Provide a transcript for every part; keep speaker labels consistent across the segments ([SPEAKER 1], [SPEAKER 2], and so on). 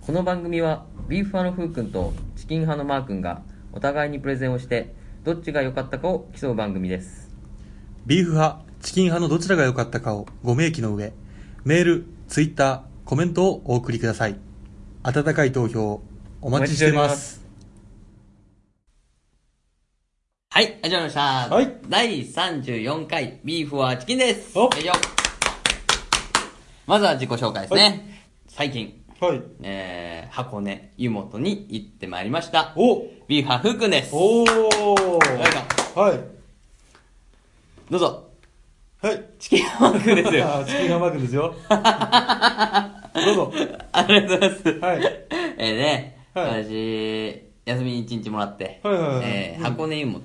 [SPEAKER 1] この番組はビーフ派のふうくんとチキン派のまーくんがお互いにプレゼンをしてどっちが良かったかを競う番組です
[SPEAKER 2] ビーフ派、チキン派のどちらが良かったかをご明記の上、メール、ツイッター、コメントをお送りください。温かい投票、お待ちしてます。
[SPEAKER 1] はい始まりました、
[SPEAKER 2] はい
[SPEAKER 1] 第34回ビーフはチキンです
[SPEAKER 2] お
[SPEAKER 1] よいしょまずは自己紹介ですね、
[SPEAKER 2] は
[SPEAKER 1] 最近
[SPEAKER 2] はい。
[SPEAKER 1] えー、箱根湯本に行ってまいりました
[SPEAKER 2] お
[SPEAKER 1] ビーフ派ふうくんです
[SPEAKER 2] おはい。
[SPEAKER 1] どうぞ
[SPEAKER 2] はい。
[SPEAKER 1] チキン派マークですよ
[SPEAKER 2] チキンハンバーグですよ。どうぞ。
[SPEAKER 1] ありがとうございます
[SPEAKER 2] はい
[SPEAKER 1] えーね、
[SPEAKER 2] はい
[SPEAKER 1] 私休み一日もらって、
[SPEAKER 2] はいはいはい
[SPEAKER 1] えー
[SPEAKER 2] うん
[SPEAKER 1] 箱根湯本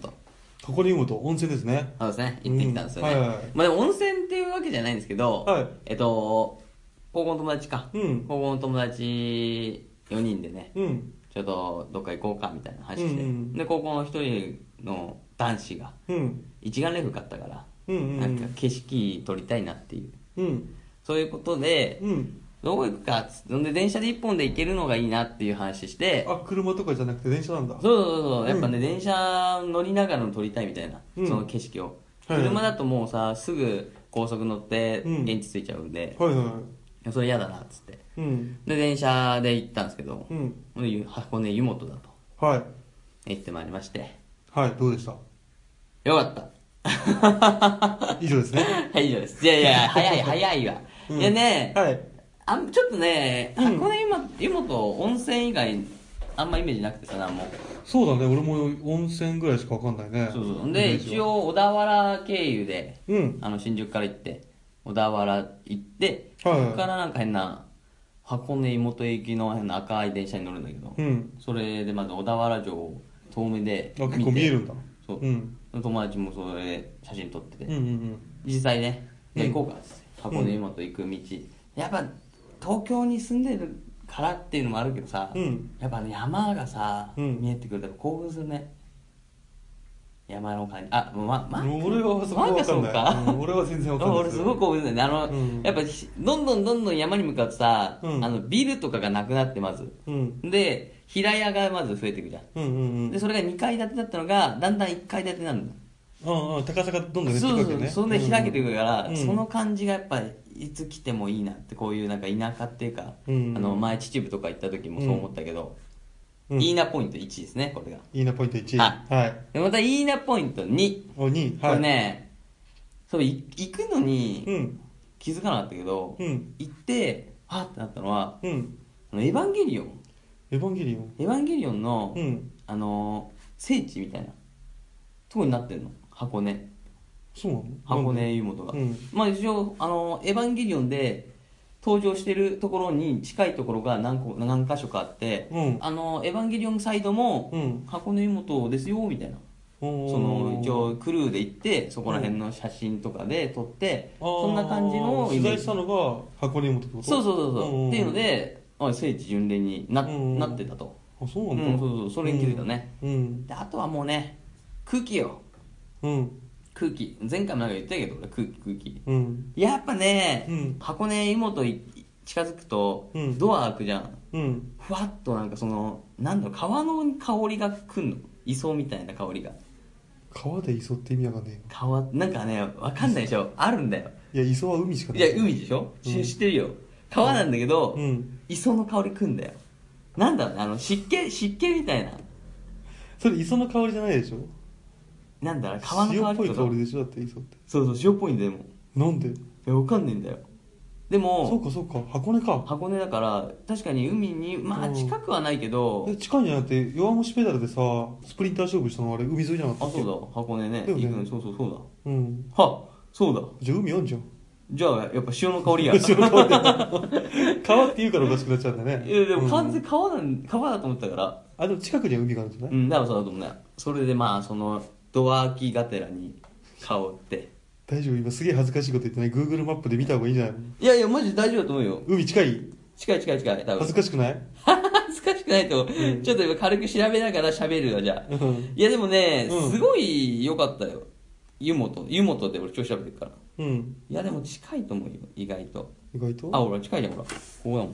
[SPEAKER 2] ここで湯本、温泉ですね。
[SPEAKER 1] そうですね行ってきたんですよね、
[SPEAKER 2] うんはいはいはい
[SPEAKER 1] まあでも温泉っていうわけじゃないんですけど、
[SPEAKER 2] はい
[SPEAKER 1] えっと高校の友達か、
[SPEAKER 2] うん
[SPEAKER 1] 高校の友達4人でね
[SPEAKER 2] うん。
[SPEAKER 1] ちょっとどっか行こうかみたいな話して、
[SPEAKER 2] うんうん
[SPEAKER 1] で高校の一人の男子が
[SPEAKER 2] うん。
[SPEAKER 1] 一眼レフ買ったから、
[SPEAKER 2] うんうんう
[SPEAKER 1] なんんか景色撮りたいなっていう
[SPEAKER 2] うん。
[SPEAKER 1] そういうことで、
[SPEAKER 2] うん。
[SPEAKER 1] どこ行くかっつってほんで電車で1本で行けるのがいいなっていう話して
[SPEAKER 2] あ、車とかじゃなくて電車なんだ。
[SPEAKER 1] そうそうそう、やっぱね、電車乗りながらの撮りたいみたいな、
[SPEAKER 2] うん
[SPEAKER 1] その景色を。
[SPEAKER 2] はい
[SPEAKER 1] 車だともうさ、すぐ高速乗って、
[SPEAKER 2] うん
[SPEAKER 1] 現地着いちゃうんで、
[SPEAKER 2] はいはいはい。
[SPEAKER 1] それ嫌だな、っつって。
[SPEAKER 2] うん。
[SPEAKER 1] で、電車で行ったんですけど
[SPEAKER 2] う、ん。
[SPEAKER 1] で箱根湯本だと、
[SPEAKER 2] はい。
[SPEAKER 1] 行ってまいりまして。
[SPEAKER 2] はい、どうでした
[SPEAKER 1] よかった。
[SPEAKER 2] 以上ですね。
[SPEAKER 1] はい、以上です。いやいや、早い、早いわ。
[SPEAKER 2] うん
[SPEAKER 1] いやね、
[SPEAKER 2] はい。
[SPEAKER 1] あんちょっとね、
[SPEAKER 2] うん
[SPEAKER 1] 箱根湯本湯本温泉以外、あんまイメージなくてさ、なんも。
[SPEAKER 2] そうだね、俺も温泉ぐらいしかわかんないね。
[SPEAKER 1] そうそう。
[SPEAKER 2] イ
[SPEAKER 1] で、
[SPEAKER 2] メージ
[SPEAKER 1] 一
[SPEAKER 2] は。
[SPEAKER 1] 応、小田原経由で、
[SPEAKER 2] うん。
[SPEAKER 1] あの新宿から行って小田原行って、
[SPEAKER 2] はい
[SPEAKER 1] そこからなんか変な箱根湯本行きの変な赤い電車に乗るんだけど、
[SPEAKER 2] うん。
[SPEAKER 1] それでまず小田原城を遠目で
[SPEAKER 2] あ、結
[SPEAKER 1] 見
[SPEAKER 2] 構
[SPEAKER 1] て
[SPEAKER 2] 見えるんだ。
[SPEAKER 1] そう、
[SPEAKER 2] うん。
[SPEAKER 1] 友達もそれで写真撮ってて、
[SPEAKER 2] うんうん
[SPEAKER 1] 実際ねじゃあ行こうかっつって、箱根湯本行く道、やっぱ東京に住んでるからっていうのもあるけどさ、
[SPEAKER 2] うん
[SPEAKER 1] やっぱね山がさ、
[SPEAKER 2] うん
[SPEAKER 1] 見えてくると興奮するね山の感じあま
[SPEAKER 2] う
[SPEAKER 1] ま
[SPEAKER 2] ん。俺はそこは
[SPEAKER 1] マ
[SPEAKER 2] わかんない。
[SPEAKER 1] ーカスそうか
[SPEAKER 2] うん俺は全然わかんない。
[SPEAKER 1] 俺すごく。思うんだよねあの、
[SPEAKER 2] うん
[SPEAKER 1] やっぱひどんどんどんどん山に向かってさ、
[SPEAKER 2] うん
[SPEAKER 1] あのビルとかがなくなってまず
[SPEAKER 2] うん。
[SPEAKER 1] で平屋がまず増えていくじゃん、
[SPEAKER 2] うんうんう
[SPEAKER 1] で
[SPEAKER 2] ん。
[SPEAKER 1] それが2階建てだったのがだんだん1階建てになるの、
[SPEAKER 2] ああ、高さがどんどん減っていく
[SPEAKER 1] そう
[SPEAKER 2] わ
[SPEAKER 1] そ
[SPEAKER 2] け
[SPEAKER 1] う
[SPEAKER 2] ね。
[SPEAKER 1] それで開けていくから、
[SPEAKER 2] うん
[SPEAKER 1] その感じがやっぱりいつ来てもいいなってこういうなんか田舎っていうか、
[SPEAKER 2] うん
[SPEAKER 1] あの前秩父とか行った時もそう思ったけど、
[SPEAKER 2] うん
[SPEAKER 1] いいなポイント1ですねこれが
[SPEAKER 2] いいなポイント1。
[SPEAKER 1] は
[SPEAKER 2] はい。
[SPEAKER 1] でまたいいなポイント2、
[SPEAKER 2] お、2。
[SPEAKER 1] こ
[SPEAKER 2] は
[SPEAKER 1] れ
[SPEAKER 2] い。。
[SPEAKER 1] ねそうい行くの
[SPEAKER 2] う
[SPEAKER 1] に
[SPEAKER 2] ん。
[SPEAKER 1] 気づかなかったけど、
[SPEAKER 2] うん。
[SPEAKER 1] 行ってはってなったのは
[SPEAKER 2] うん。
[SPEAKER 1] あのエヴァンゲリオン
[SPEAKER 2] エヴァンゲリオン。
[SPEAKER 1] エヴァンゲリオンの、
[SPEAKER 2] うん。
[SPEAKER 1] あのー聖地みたいなとこになってるの箱根
[SPEAKER 2] そうなの
[SPEAKER 1] 箱根湯本が、
[SPEAKER 2] うん
[SPEAKER 1] まあ一応、あのーエヴァンゲリオンで登場してるところに近いところが何個何箇所かあって、
[SPEAKER 2] うん
[SPEAKER 1] あのーエヴァンゲリオンサイドも
[SPEAKER 2] うん
[SPEAKER 1] 箱根湯本ですよみたいな、
[SPEAKER 2] そ
[SPEAKER 1] その一応クルーで行ってそこら辺の写真とかで撮って、そんな感じのイ
[SPEAKER 2] 取
[SPEAKER 1] メ
[SPEAKER 2] 材
[SPEAKER 1] ー
[SPEAKER 2] し
[SPEAKER 1] ジ
[SPEAKER 2] たのが箱根湯本ってこと
[SPEAKER 1] そうそうそう
[SPEAKER 2] うん
[SPEAKER 1] そううんっていうのであ聖地巡礼にな,、
[SPEAKER 2] うん
[SPEAKER 1] なってたと、
[SPEAKER 2] あそう
[SPEAKER 1] う
[SPEAKER 2] なんだ、
[SPEAKER 1] ん、そうそうそれに気づいたね、
[SPEAKER 2] うん
[SPEAKER 1] であとはもうね空気よ
[SPEAKER 2] うん
[SPEAKER 1] 空気前回もなんか言ったけど俺空気空気
[SPEAKER 2] うん
[SPEAKER 1] やっぱね、
[SPEAKER 2] うん
[SPEAKER 1] 箱根湯本い近づくと、
[SPEAKER 2] うん
[SPEAKER 1] ドア開くじゃん
[SPEAKER 2] うん
[SPEAKER 1] ふわっとなんかそのなんだろう川の香りがくんの磯みたいな香りが
[SPEAKER 2] 川で磯って意味わかんね
[SPEAKER 1] 川なんかねわかんないでしょあるんだよ
[SPEAKER 2] えないや磯は海しかな
[SPEAKER 1] い
[SPEAKER 2] い
[SPEAKER 1] や海でしょ、
[SPEAKER 2] うん
[SPEAKER 1] し知ってるよ川なんだけど、
[SPEAKER 2] うん
[SPEAKER 1] 磯の香りくんだよなんだろうねあの湿気湿気みたいな
[SPEAKER 2] それ磯の香りじゃないでしょ
[SPEAKER 1] なんだろう川の香
[SPEAKER 2] 塩っぽ
[SPEAKER 1] り
[SPEAKER 2] い
[SPEAKER 1] と
[SPEAKER 2] 香
[SPEAKER 1] か
[SPEAKER 2] りでしょだって磯って
[SPEAKER 1] そうそう塩っぽいんだよでも
[SPEAKER 2] なんで
[SPEAKER 1] いやわかんねえんだよでも
[SPEAKER 2] そうかそうか箱根か
[SPEAKER 1] 箱根だから確かに海にまあ
[SPEAKER 2] うん
[SPEAKER 1] 近くはないけど、
[SPEAKER 2] え近いんじゃなくて弱虫ペダルでさスプリンター勝負したのあれ海沿いじゃなか
[SPEAKER 1] あ
[SPEAKER 2] ったっけ
[SPEAKER 1] そうだ箱根ね
[SPEAKER 2] だよね
[SPEAKER 1] 行くのにそうそうそうだ
[SPEAKER 2] うん
[SPEAKER 1] はそうだ
[SPEAKER 2] じゃあ海あんじゃん
[SPEAKER 1] じゃあやっぱ潮の香りやい
[SPEAKER 2] 塩の香り川って言うからおかしくなっちゃうんだね
[SPEAKER 1] やで
[SPEAKER 2] う
[SPEAKER 1] も
[SPEAKER 2] ん
[SPEAKER 1] 完全に川なん川だと思ったから
[SPEAKER 2] あでも近くには海があるんじゃない
[SPEAKER 1] うんだからそうだと思うねそれでまあそのドア開きがてらに香って
[SPEAKER 2] 大丈夫今すげえ恥ずかしいこと言ってない Google マップで見た方がいいんじゃないの
[SPEAKER 1] いやいやマジで大丈夫だと思うよ
[SPEAKER 2] 海近い
[SPEAKER 1] 近い近い近い多分
[SPEAKER 2] 恥ずかしくない
[SPEAKER 1] 恥ずかしくないと、ちょっと今軽く調べながら喋るわじゃあ、
[SPEAKER 2] うん
[SPEAKER 1] いやでもね、
[SPEAKER 2] うん
[SPEAKER 1] すごい良かったよ湯本湯本で俺調子調べてるから
[SPEAKER 2] うん
[SPEAKER 1] いやでも近いと思うよ意外と
[SPEAKER 2] 意外と
[SPEAKER 1] あ、ほら、近いじゃん、ほら。ここだもん。
[SPEAKER 2] あ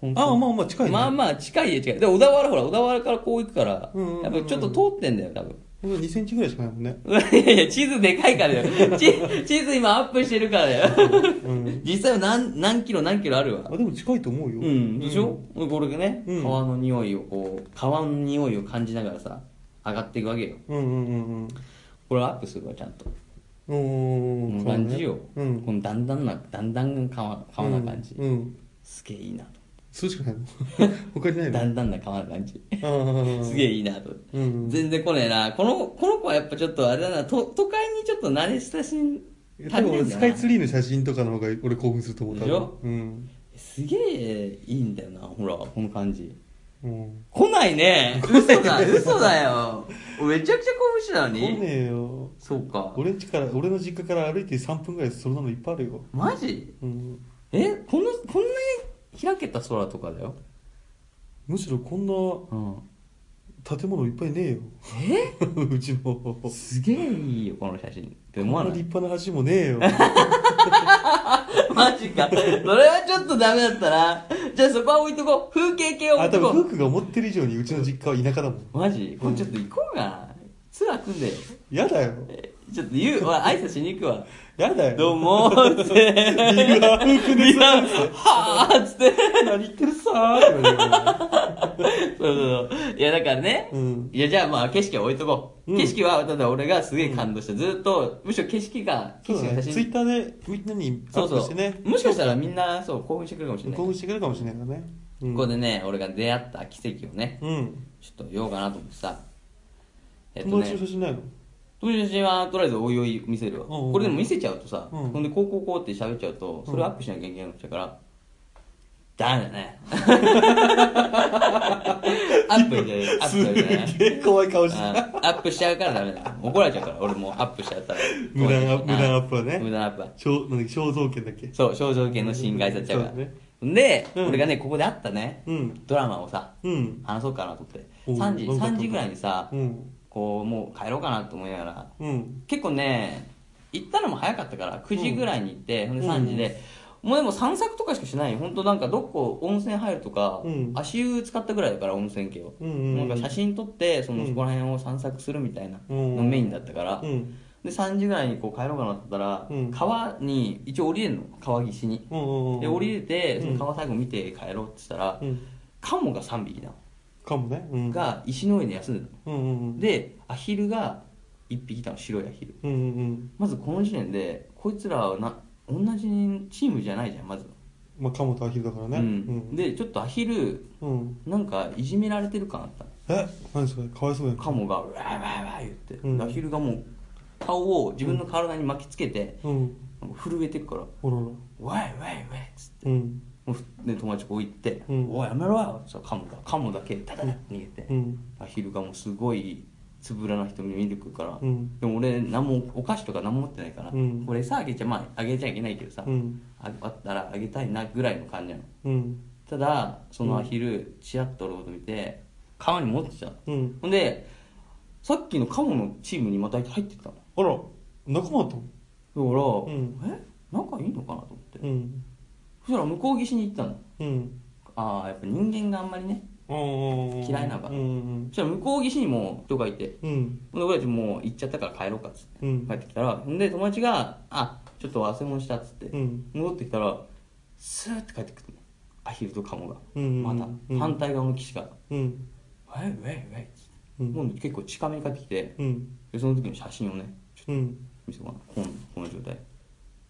[SPEAKER 1] 本当
[SPEAKER 2] あまあまあ近いね
[SPEAKER 1] まあまあ近いよ近いで小田原ほら小田原からこう行くから、
[SPEAKER 2] うんうんうん
[SPEAKER 1] やっぱちょっと通ってんだよ多分
[SPEAKER 2] ほんと2センチぐらいしかないもんね
[SPEAKER 1] いやいや地図でかいからだよ地地図今アップしてるからだよ、
[SPEAKER 2] ん
[SPEAKER 1] 実際は何何キロ何キロあるわ
[SPEAKER 2] あでも近いと思うよ
[SPEAKER 1] うんでしょ、これがね、
[SPEAKER 2] うん
[SPEAKER 1] 川の匂いをこう川の匂いを感じながらさ上がっていくわけよ
[SPEAKER 2] うんうんうん
[SPEAKER 1] これアップするわちゃんと
[SPEAKER 2] うんお
[SPEAKER 1] こ
[SPEAKER 2] ー
[SPEAKER 1] の感じよ、
[SPEAKER 2] うん
[SPEAKER 1] このだんだんなだんだん川川な感じ、
[SPEAKER 2] うんうん
[SPEAKER 1] すげえいいなと
[SPEAKER 2] それし かないの他にないの
[SPEAKER 1] だんだんな川な感じ
[SPEAKER 2] ああ
[SPEAKER 1] すげえいいなと、
[SPEAKER 2] うんうん
[SPEAKER 1] 全然来ねえなこのこの子はやっぱちょっとあれだなと都会にちょっと慣れ親しん
[SPEAKER 2] え多分俺スカイツリーの写真とかの方が俺興奮すると思う多分
[SPEAKER 1] でしょ
[SPEAKER 2] うん、
[SPEAKER 1] すげえいいんだよなほらこの感じ
[SPEAKER 2] うん、
[SPEAKER 1] 来ないね嘘だ嘘だよ俺めちゃくちゃ興奮してたの
[SPEAKER 2] 来
[SPEAKER 1] に、
[SPEAKER 2] ねえよ
[SPEAKER 1] そうか
[SPEAKER 2] 俺ん家から俺の実家から歩いて3分ぐらいそんなのいっぱいあるよ、
[SPEAKER 1] マジ
[SPEAKER 2] うん、
[SPEAKER 1] えこのこんなに開けた空とかだよ、
[SPEAKER 2] むしろこんな
[SPEAKER 1] うん、
[SPEAKER 2] 建物いっぱいねえよ
[SPEAKER 1] え
[SPEAKER 2] うちも
[SPEAKER 1] すげえいいよこの写真って思
[SPEAKER 2] こ
[SPEAKER 1] わ
[SPEAKER 2] ん
[SPEAKER 1] な
[SPEAKER 2] ない立派な橋もねえ よ
[SPEAKER 1] マジか。それはちょっとダメだったな。じゃあそこは置いとこう。風景系を置
[SPEAKER 2] あ
[SPEAKER 1] いと
[SPEAKER 2] 多
[SPEAKER 1] こ
[SPEAKER 2] 分
[SPEAKER 1] う。
[SPEAKER 2] 夫婦が思ってる以上にうちの実家は田舎だもん
[SPEAKER 1] マジこれちょっと行こうか。ツアー組んでよ。
[SPEAKER 2] やだよ
[SPEAKER 1] えちょっと言う、わ、挨拶しに行くわ。
[SPEAKER 2] やだよ
[SPEAKER 1] どうもーって。
[SPEAKER 2] ビラークで
[SPEAKER 1] みんな
[SPEAKER 2] さ
[SPEAKER 1] はぁーっつって。
[SPEAKER 2] 何言ってるさーって言われる
[SPEAKER 1] そうそうそう。いやだからね。
[SPEAKER 2] うん
[SPEAKER 1] いやじゃあまあ景色は置いとこう。
[SPEAKER 2] うん
[SPEAKER 1] 景色は、ただ俺がすげえ感動した。ずっと、むしろ景色が、景
[SPEAKER 2] そう
[SPEAKER 1] 色
[SPEAKER 2] だ
[SPEAKER 1] が
[SPEAKER 2] ね
[SPEAKER 1] 写
[SPEAKER 2] ツイ
[SPEAKER 1] 真。
[SPEAKER 2] ッターでみんなにア
[SPEAKER 1] そう
[SPEAKER 2] ップし
[SPEAKER 1] そ
[SPEAKER 2] てね
[SPEAKER 1] う。もしかしたらみんな、そう、興奮してくるかもしれない。
[SPEAKER 2] 興
[SPEAKER 1] こ
[SPEAKER 2] 奮してくれるかもしれないからね、うん、
[SPEAKER 1] こでね、俺が出会った奇跡をね、
[SPEAKER 2] うん
[SPEAKER 1] ちょっと言おうかなと思ってさ。えっと
[SPEAKER 2] 友達
[SPEAKER 1] ね
[SPEAKER 2] の、写真ないの
[SPEAKER 1] 友達の写真はとりあえずおいおい見せるわ。
[SPEAKER 2] うんうん
[SPEAKER 1] これでも見せちゃうとさ、
[SPEAKER 2] うん
[SPEAKER 1] ほんでこうこうこうって喋っちゃうと、それをアップしなきゃいけなくなっちゃうから、ダメだね。 アップじゃない。アップじゃない
[SPEAKER 2] す。げえ怖い顔してた
[SPEAKER 1] あアップしちゃうからダメだ。怒られちゃうから、俺もうアップしちゃったら。
[SPEAKER 2] 無駄な
[SPEAKER 1] うん
[SPEAKER 2] 無駄なアップはね
[SPEAKER 1] 無駄なアップは。
[SPEAKER 2] 肖なんだっけ肖像権だっけ
[SPEAKER 1] そう、症状系の侵害されちゃうから。
[SPEAKER 2] そうだね
[SPEAKER 1] で、
[SPEAKER 2] うん
[SPEAKER 1] 俺がね、ここで会ったね、
[SPEAKER 2] うん
[SPEAKER 1] ドラマをさ、
[SPEAKER 2] うん
[SPEAKER 1] 話そうかなと思って。
[SPEAKER 2] おう
[SPEAKER 1] 3時、
[SPEAKER 2] なんか
[SPEAKER 1] 3時ぐらいにさ、
[SPEAKER 2] うん
[SPEAKER 1] こう、もう帰ろうかなと思いながら、
[SPEAKER 2] うん
[SPEAKER 1] 結構ね行ったのも早かったから9時ぐらいに行って、ほんで3時で、もうでも散策とかしかしない本当なんかどっこ温泉入るとか、
[SPEAKER 2] うん
[SPEAKER 1] 足湯使ったぐらいだから温泉系を、
[SPEAKER 2] うんうんうん
[SPEAKER 1] なんか写真撮ってその、
[SPEAKER 2] うん
[SPEAKER 1] そこら辺を散策するみたいな
[SPEAKER 2] うん
[SPEAKER 1] のメインだったから、
[SPEAKER 2] うん
[SPEAKER 1] で3時ぐらいにこう帰ろうかなと思ったら、
[SPEAKER 2] うん
[SPEAKER 1] 川に一応降りれるの川岸に、
[SPEAKER 2] うんうんうん
[SPEAKER 1] で降りれて
[SPEAKER 2] うん
[SPEAKER 1] その川最後見て帰ろうってしたら、
[SPEAKER 2] うん
[SPEAKER 1] カモが3匹なの
[SPEAKER 2] かもねうん
[SPEAKER 1] が石の上で休んでたの
[SPEAKER 2] うんうんうん
[SPEAKER 1] でアヒルが1匹いたの白いアヒル
[SPEAKER 2] うんうんうん
[SPEAKER 1] まずこの時点でこいつらはな同じチームじゃないじゃんまず、
[SPEAKER 2] まあカモとアヒルだからね
[SPEAKER 1] う
[SPEAKER 2] うん
[SPEAKER 1] ん、でちょっとアヒル
[SPEAKER 2] うん
[SPEAKER 1] なんかいじめられてる感あった
[SPEAKER 2] え何それかわいそうやん
[SPEAKER 1] カモが「わーわーわー」言って、
[SPEAKER 2] うん
[SPEAKER 1] アヒルがもう顔を自分の体に巻きつけて、
[SPEAKER 2] うん
[SPEAKER 1] 震えてくから
[SPEAKER 2] ほらほ
[SPEAKER 1] 「わいわいわい」っつって
[SPEAKER 2] らうん
[SPEAKER 1] もうふで友達こう行って「
[SPEAKER 2] うん
[SPEAKER 1] おいやめろよ」そしたらカモがカモだけダダダって逃げて、
[SPEAKER 2] うん
[SPEAKER 1] アヒルがもうすごいつぶらな瞳見てくるから、
[SPEAKER 2] うん
[SPEAKER 1] でも俺何もお菓子とか何も持ってないから、
[SPEAKER 2] うん
[SPEAKER 1] これ餌あげちゃまああげちゃいけないけどさ、
[SPEAKER 2] うん
[SPEAKER 1] ああったらあげたいなぐらいの感じなの
[SPEAKER 2] うん
[SPEAKER 1] ただそのアヒルチラッと俺のこと見て川に持ってきたの
[SPEAKER 2] うん
[SPEAKER 1] ほんでさっきのカモのチームにまた入ってったのだか
[SPEAKER 2] あら仲間だったの
[SPEAKER 1] ら、
[SPEAKER 2] ん
[SPEAKER 1] え仲いいのかなと思って、
[SPEAKER 2] うん
[SPEAKER 1] そしたら向こう岸に行ったの
[SPEAKER 2] うん
[SPEAKER 1] ああやっぱ人間があんまりね
[SPEAKER 2] あー
[SPEAKER 1] 嫌いな場
[SPEAKER 2] うんうん
[SPEAKER 1] そしたら向こう岸にも人がいて
[SPEAKER 2] うん
[SPEAKER 1] ほんで俺たちもう行っちゃったから帰ろうかっつって
[SPEAKER 2] うん
[SPEAKER 1] 帰ってきたらほんで友達が「あちょっと忘れ物した」っつって、
[SPEAKER 2] うん
[SPEAKER 1] 戻ってきたらスーッて帰ってくるのアヒルとカモが、
[SPEAKER 2] うん
[SPEAKER 1] また
[SPEAKER 2] うん
[SPEAKER 1] 反対側の岸から
[SPEAKER 2] う
[SPEAKER 1] 「
[SPEAKER 2] ん
[SPEAKER 1] ウェイウェイウェイ」っつって
[SPEAKER 2] うん
[SPEAKER 1] もう結構近めに帰ってきて
[SPEAKER 2] うん
[SPEAKER 1] でその時の写真をねちょっ
[SPEAKER 2] うん
[SPEAKER 1] と見せてもらうこのこの状態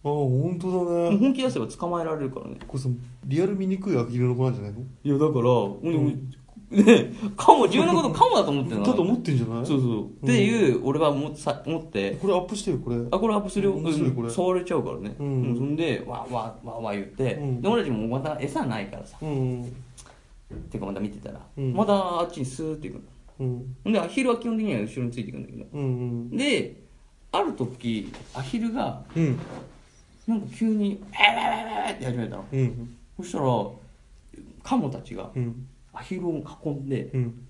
[SPEAKER 2] ああ本当だ
[SPEAKER 1] もう
[SPEAKER 2] ね
[SPEAKER 1] 本気出せば捕まえられるからね
[SPEAKER 2] これさリアル見にくいアヒルの子なんじゃないの
[SPEAKER 1] いやだから、うん、ねカモ自分のことカモだと思ってるの
[SPEAKER 2] だと思ってんじゃない
[SPEAKER 1] そうそう、っていう俺は思さ思って
[SPEAKER 2] これアップしてよこれ
[SPEAKER 1] あこれアップするよ
[SPEAKER 2] 面白いこれ
[SPEAKER 1] 触れちゃうからね、
[SPEAKER 2] うん
[SPEAKER 1] そんでわーわーわーわー言って、
[SPEAKER 2] うん
[SPEAKER 1] で俺たちもまた餌ないからさ
[SPEAKER 2] うん
[SPEAKER 1] てかまた見てたら、
[SPEAKER 2] うん
[SPEAKER 1] またあっちにスーッていくの
[SPEAKER 2] うん
[SPEAKER 1] ほんでアヒルは基本的には後ろについていくんだけど
[SPEAKER 2] うん
[SPEAKER 1] である時アヒルが
[SPEAKER 2] うん
[SPEAKER 1] なんか急に「えーえーえーえーって始めたの
[SPEAKER 2] うん
[SPEAKER 1] そしたらカモたちが
[SPEAKER 2] うん
[SPEAKER 1] アヒルを囲んで
[SPEAKER 2] うん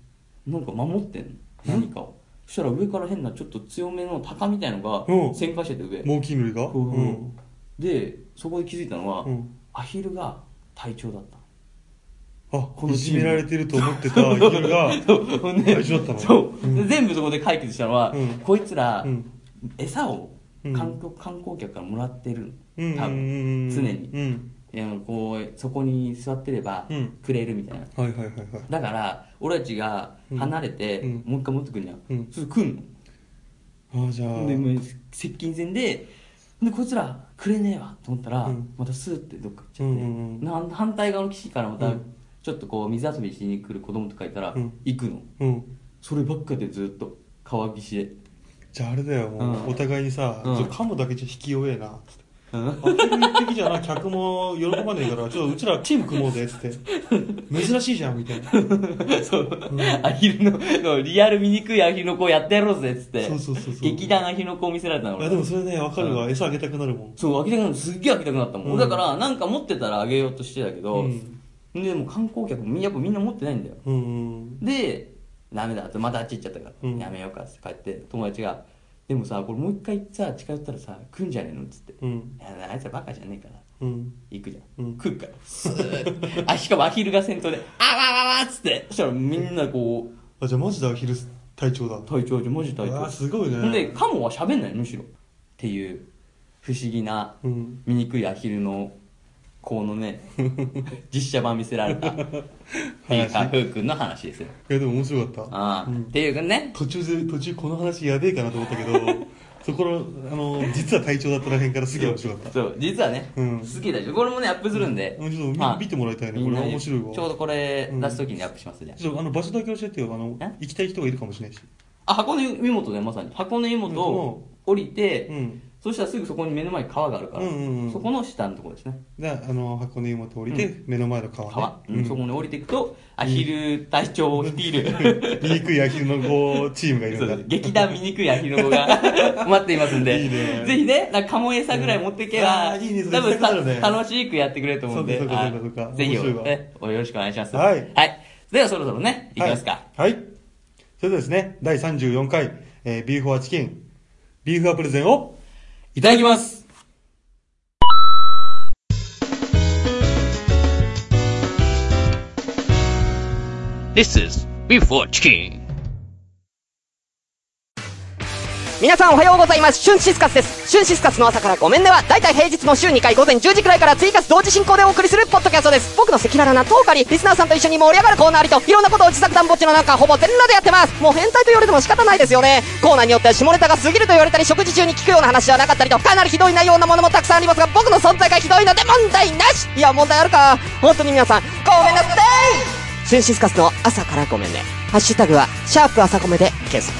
[SPEAKER 1] なんか守ってんの何かをそしたら上から変なちょっと強めの鷹みたいのが
[SPEAKER 2] うん
[SPEAKER 1] 旋回してて上
[SPEAKER 2] 猛禽類が
[SPEAKER 1] そうそうでそこで気づいたのは
[SPEAKER 2] うん
[SPEAKER 1] アヒルが隊長だった
[SPEAKER 2] あ
[SPEAKER 1] この
[SPEAKER 2] い
[SPEAKER 1] チ
[SPEAKER 2] じ
[SPEAKER 1] ーム
[SPEAKER 2] められてると思ってた生きるが
[SPEAKER 1] そうね
[SPEAKER 2] 一緒だったの
[SPEAKER 1] そう
[SPEAKER 2] うん
[SPEAKER 1] 全部そこで解決したのは、
[SPEAKER 2] うん
[SPEAKER 1] こいつら、
[SPEAKER 2] うん
[SPEAKER 1] 餌を
[SPEAKER 2] うん
[SPEAKER 1] 観光観光客からもらってる
[SPEAKER 2] うんうん
[SPEAKER 1] 多分常に
[SPEAKER 2] うん
[SPEAKER 1] いやこうそこに座ってれば
[SPEAKER 2] うん
[SPEAKER 1] くれるみたいな、
[SPEAKER 2] はいはいはいはい
[SPEAKER 1] だから俺たちが離れて、
[SPEAKER 2] うん
[SPEAKER 1] もう一回持ってくんじゃん、
[SPEAKER 2] うん
[SPEAKER 1] それ来んの
[SPEAKER 2] あーじゃあ
[SPEAKER 1] でもう接近戦ででこいつらくれねえわと思ったら、
[SPEAKER 2] うん
[SPEAKER 1] またスーってどっか行っちゃって、
[SPEAKER 2] うんうんうん
[SPEAKER 1] なん反対側の岸からまた、
[SPEAKER 2] うん
[SPEAKER 1] ちょっとこう水遊びしに来る子供とかいたら、
[SPEAKER 2] うん
[SPEAKER 1] 行くの
[SPEAKER 2] うん
[SPEAKER 1] そればっかでずっと川岸で、
[SPEAKER 2] じゃああれだよも
[SPEAKER 1] うん
[SPEAKER 2] うお互いにさ
[SPEAKER 1] うん
[SPEAKER 2] ちょカモだけじゃ引き弱えなつって
[SPEAKER 1] うん
[SPEAKER 2] あ結局一匹じゃな客も喜ばねえからちょっとうちらチーム組もうぜっつって珍しいじゃんみたいな
[SPEAKER 1] そう、 アヒルのそうリアル醜いアヒルの子やってやろうぜっつって
[SPEAKER 2] そうそうそうそう
[SPEAKER 1] 劇団アヒルの子を見せられたの
[SPEAKER 2] い
[SPEAKER 1] 俺
[SPEAKER 2] やでもそれねわかるわ餌あげたくなるもん
[SPEAKER 1] そう開けたくなったすっげえ開けたくなったもん、
[SPEAKER 2] うん
[SPEAKER 1] だからなんか持ってたらあげようとしてたけど、
[SPEAKER 2] うん
[SPEAKER 1] でも観光客もやっぱみんな持ってないんだよ
[SPEAKER 2] うんうん
[SPEAKER 1] でダメだとまたあっち行っちゃったから、
[SPEAKER 2] うん
[SPEAKER 1] やめようかっつって帰って友達が「でもさこれもう一回さ近寄ったらさ来んじゃねえの?」っつって「い
[SPEAKER 2] うん
[SPEAKER 1] やあいつはバカじゃねえから
[SPEAKER 2] うん
[SPEAKER 1] 行くじゃん、
[SPEAKER 2] うん
[SPEAKER 1] 来るからスーッあしかもアヒルが先頭で「あわわわ」っつってそしたらみんなこう
[SPEAKER 2] あじゃあマジでアヒル隊長だ
[SPEAKER 1] 隊長じゃマジ隊
[SPEAKER 2] う
[SPEAKER 1] 長
[SPEAKER 2] わすごいね
[SPEAKER 1] ほんでカモは喋んないのむしろっていう不思議な
[SPEAKER 2] うん
[SPEAKER 1] 醜いアヒルの子の ね実写版見せられたっていうか
[SPEAKER 2] 話
[SPEAKER 1] ふうくんの話ですよ
[SPEAKER 2] いやでも面白かった
[SPEAKER 1] ああ、
[SPEAKER 2] うん
[SPEAKER 1] っていうかね
[SPEAKER 2] 途中で途中この話やべえかなと思った けどそこのあの実は隊長だったらへんからすげえ面白かった
[SPEAKER 1] そう実はね、
[SPEAKER 2] うん
[SPEAKER 1] 好きだしこれもねアップするんで、
[SPEAKER 2] うんちょっと見
[SPEAKER 1] まあ
[SPEAKER 2] 見てもらいたいね
[SPEAKER 1] みんなに
[SPEAKER 2] これ面白いわ
[SPEAKER 1] ちょうどこれ
[SPEAKER 2] うん
[SPEAKER 1] 出す時にアップしますじゃん
[SPEAKER 2] ちょっとあの場所だけ教えてよあの
[SPEAKER 1] え
[SPEAKER 2] 行きたい人がいるかもしれないし
[SPEAKER 1] あ箱根湯本ねまさに箱根湯本を降りて、
[SPEAKER 2] うん
[SPEAKER 1] そしたらすぐそこに目の前に川があるから、
[SPEAKER 2] うんうんうん
[SPEAKER 1] そこの下のところですね
[SPEAKER 2] であの箱根湯本降りて、目の前の川ね
[SPEAKER 1] 川、
[SPEAKER 2] う
[SPEAKER 1] うんそこに降りていくとアヒル隊長を率いる、
[SPEAKER 2] 醜い野球のこうチームがいる
[SPEAKER 1] そ
[SPEAKER 2] んだ
[SPEAKER 1] う劇団醜いアヒルの子 が待っていますんで
[SPEAKER 2] いいね
[SPEAKER 1] ぜひねなんかカモエサぐらい持ってけば、
[SPEAKER 2] うんあーいいねそれ
[SPEAKER 1] 多分
[SPEAKER 2] 行きたくなるね
[SPEAKER 1] た楽しくやってくれると思うんで
[SPEAKER 2] そうかそうか
[SPEAKER 1] あー
[SPEAKER 2] そうかそうか
[SPEAKER 1] ぜひ
[SPEAKER 2] 面白いわ
[SPEAKER 1] えおよろしくお願いします
[SPEAKER 2] はい
[SPEAKER 1] ではそろそろねいきますか、
[SPEAKER 2] はい、はいそれではですね第34回、えービーフォアチキンビーフォアプレゼンを
[SPEAKER 1] い、ただきます
[SPEAKER 3] 皆さんおはようございます。シュンシスカスです。シュンシスカスの朝からごめんねは、だいたい平日の週2回午前10時くらいから追加同時進行でお送りするポッドキャストです。僕の赤裸々なトーカリ、リスナーさんと一緒に盛り上がるコーナーありと、いろんなことを自作団墓地の中、ほぼ全裸でやってます。もう変態と言われても仕方ないですよね。コーナーによっては下ネタが過ぎると言われたり、食事中に聞くような話はなかったりと、かなりひどい内容なものもたくさんありますが、僕の存在がひどいので問題なしいや、問題あるか。本当に皆さん、ごめんなさいシュンシスカスの朝からごめんね。ハッシュタグは、シャープ朝ごめで検索。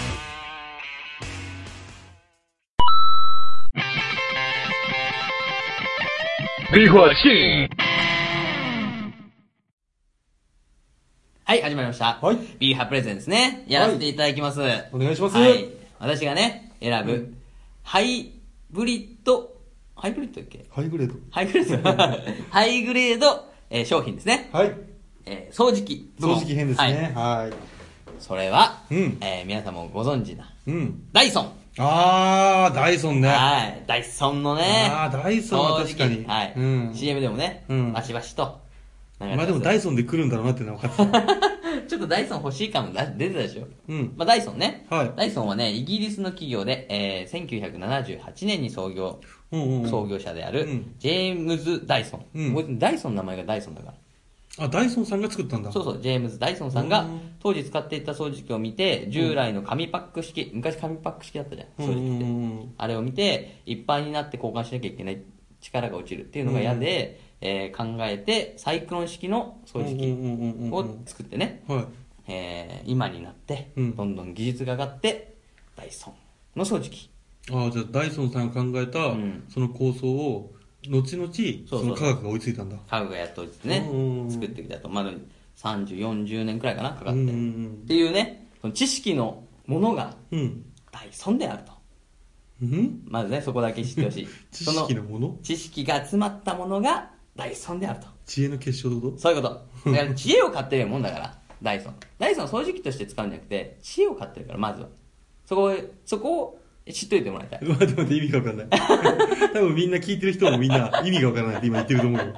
[SPEAKER 4] ビーフォアチキン
[SPEAKER 1] はい始まりました、
[SPEAKER 2] はい
[SPEAKER 1] ビーハプレゼンですねやらせていただきます、
[SPEAKER 2] お願いします
[SPEAKER 1] はい私がね選ぶ、ハイブリッドハイブリッドだっけ
[SPEAKER 2] ハイグレード
[SPEAKER 1] ハイグレー ドハイグレード、えー商品ですね、
[SPEAKER 2] はい
[SPEAKER 1] えー掃除機部門
[SPEAKER 2] 掃除機編です
[SPEAKER 1] はい
[SPEAKER 2] ねはい
[SPEAKER 1] それは、
[SPEAKER 2] うん
[SPEAKER 1] えー皆さんもご存知な、
[SPEAKER 2] うん
[SPEAKER 1] ダイソン。
[SPEAKER 2] あーダイソンね
[SPEAKER 1] はい。ダイソンのね。
[SPEAKER 2] あーダイソンは確かに
[SPEAKER 1] 掃除機はい。
[SPEAKER 2] うん
[SPEAKER 1] CM でもね、
[SPEAKER 2] うん
[SPEAKER 1] バシバシと。
[SPEAKER 2] まあでもダイソンで来るんだろうなってのは分 かってた
[SPEAKER 1] ちょっとダイソン欲しい感もだ出てたでしょ。
[SPEAKER 2] うん
[SPEAKER 1] まあダイソンね。
[SPEAKER 2] はい
[SPEAKER 1] ダイソンはね、イギリスの企業で、えー、1978年に創業、
[SPEAKER 2] うんうんうん
[SPEAKER 1] 創業者である
[SPEAKER 2] うん、
[SPEAKER 1] ジェームズ・ダイソン。
[SPEAKER 2] うん
[SPEAKER 1] こいつダイソンの名前がダイソンだから。
[SPEAKER 2] あダイソンさんが作ったんだ
[SPEAKER 1] そうそう、ジェームズ・ダイソンさんが
[SPEAKER 2] うん
[SPEAKER 1] 当時使っていた掃除機を見て、従来の紙パック式、昔紙パック式だったじゃん、掃除機って。
[SPEAKER 2] うんうんうん
[SPEAKER 1] あれを見て、一般になって交換しなきゃいけない力が落ちるっていうのが嫌で、えー考えて、サイクロン式の掃除
[SPEAKER 2] うんうんうんうんう
[SPEAKER 1] 機
[SPEAKER 2] ん
[SPEAKER 1] を作ってね、
[SPEAKER 2] はい
[SPEAKER 1] えー今になって、
[SPEAKER 2] うん
[SPEAKER 1] どんどん技術が上がって、ダイソンの掃除機。
[SPEAKER 2] ああじゃあダイソンさんが考えた、
[SPEAKER 1] ん
[SPEAKER 2] その構想を後々
[SPEAKER 1] そう
[SPEAKER 2] その科学が追いついたんだ
[SPEAKER 1] 家具がやっとね
[SPEAKER 2] う、ん
[SPEAKER 1] 作ってきたと。まだ30、40年くらいかな、かかって。
[SPEAKER 2] うんう
[SPEAKER 1] っ
[SPEAKER 2] ん
[SPEAKER 1] ていうね、その知識のものが
[SPEAKER 2] うんうん
[SPEAKER 1] ダイソンであると。
[SPEAKER 2] うん。
[SPEAKER 1] まずね、そこだけ知ってほしい
[SPEAKER 2] 知識の
[SPEAKER 1] そ
[SPEAKER 2] もの
[SPEAKER 1] 知識が集まったものがダイソンであると。
[SPEAKER 2] 知恵の結晶ってこ
[SPEAKER 1] そういうこと。だから知恵を買ってるもんだから、ダイソン。ダイソンは掃除機として使うんじゃなくて、知恵を買ってるから、まずは。そこを、そこを知っといてもらいたい
[SPEAKER 2] 待って待って、意味がわかんない。多分みんな聞いてる人もみんな意味がわからないって今言ってると思うよ。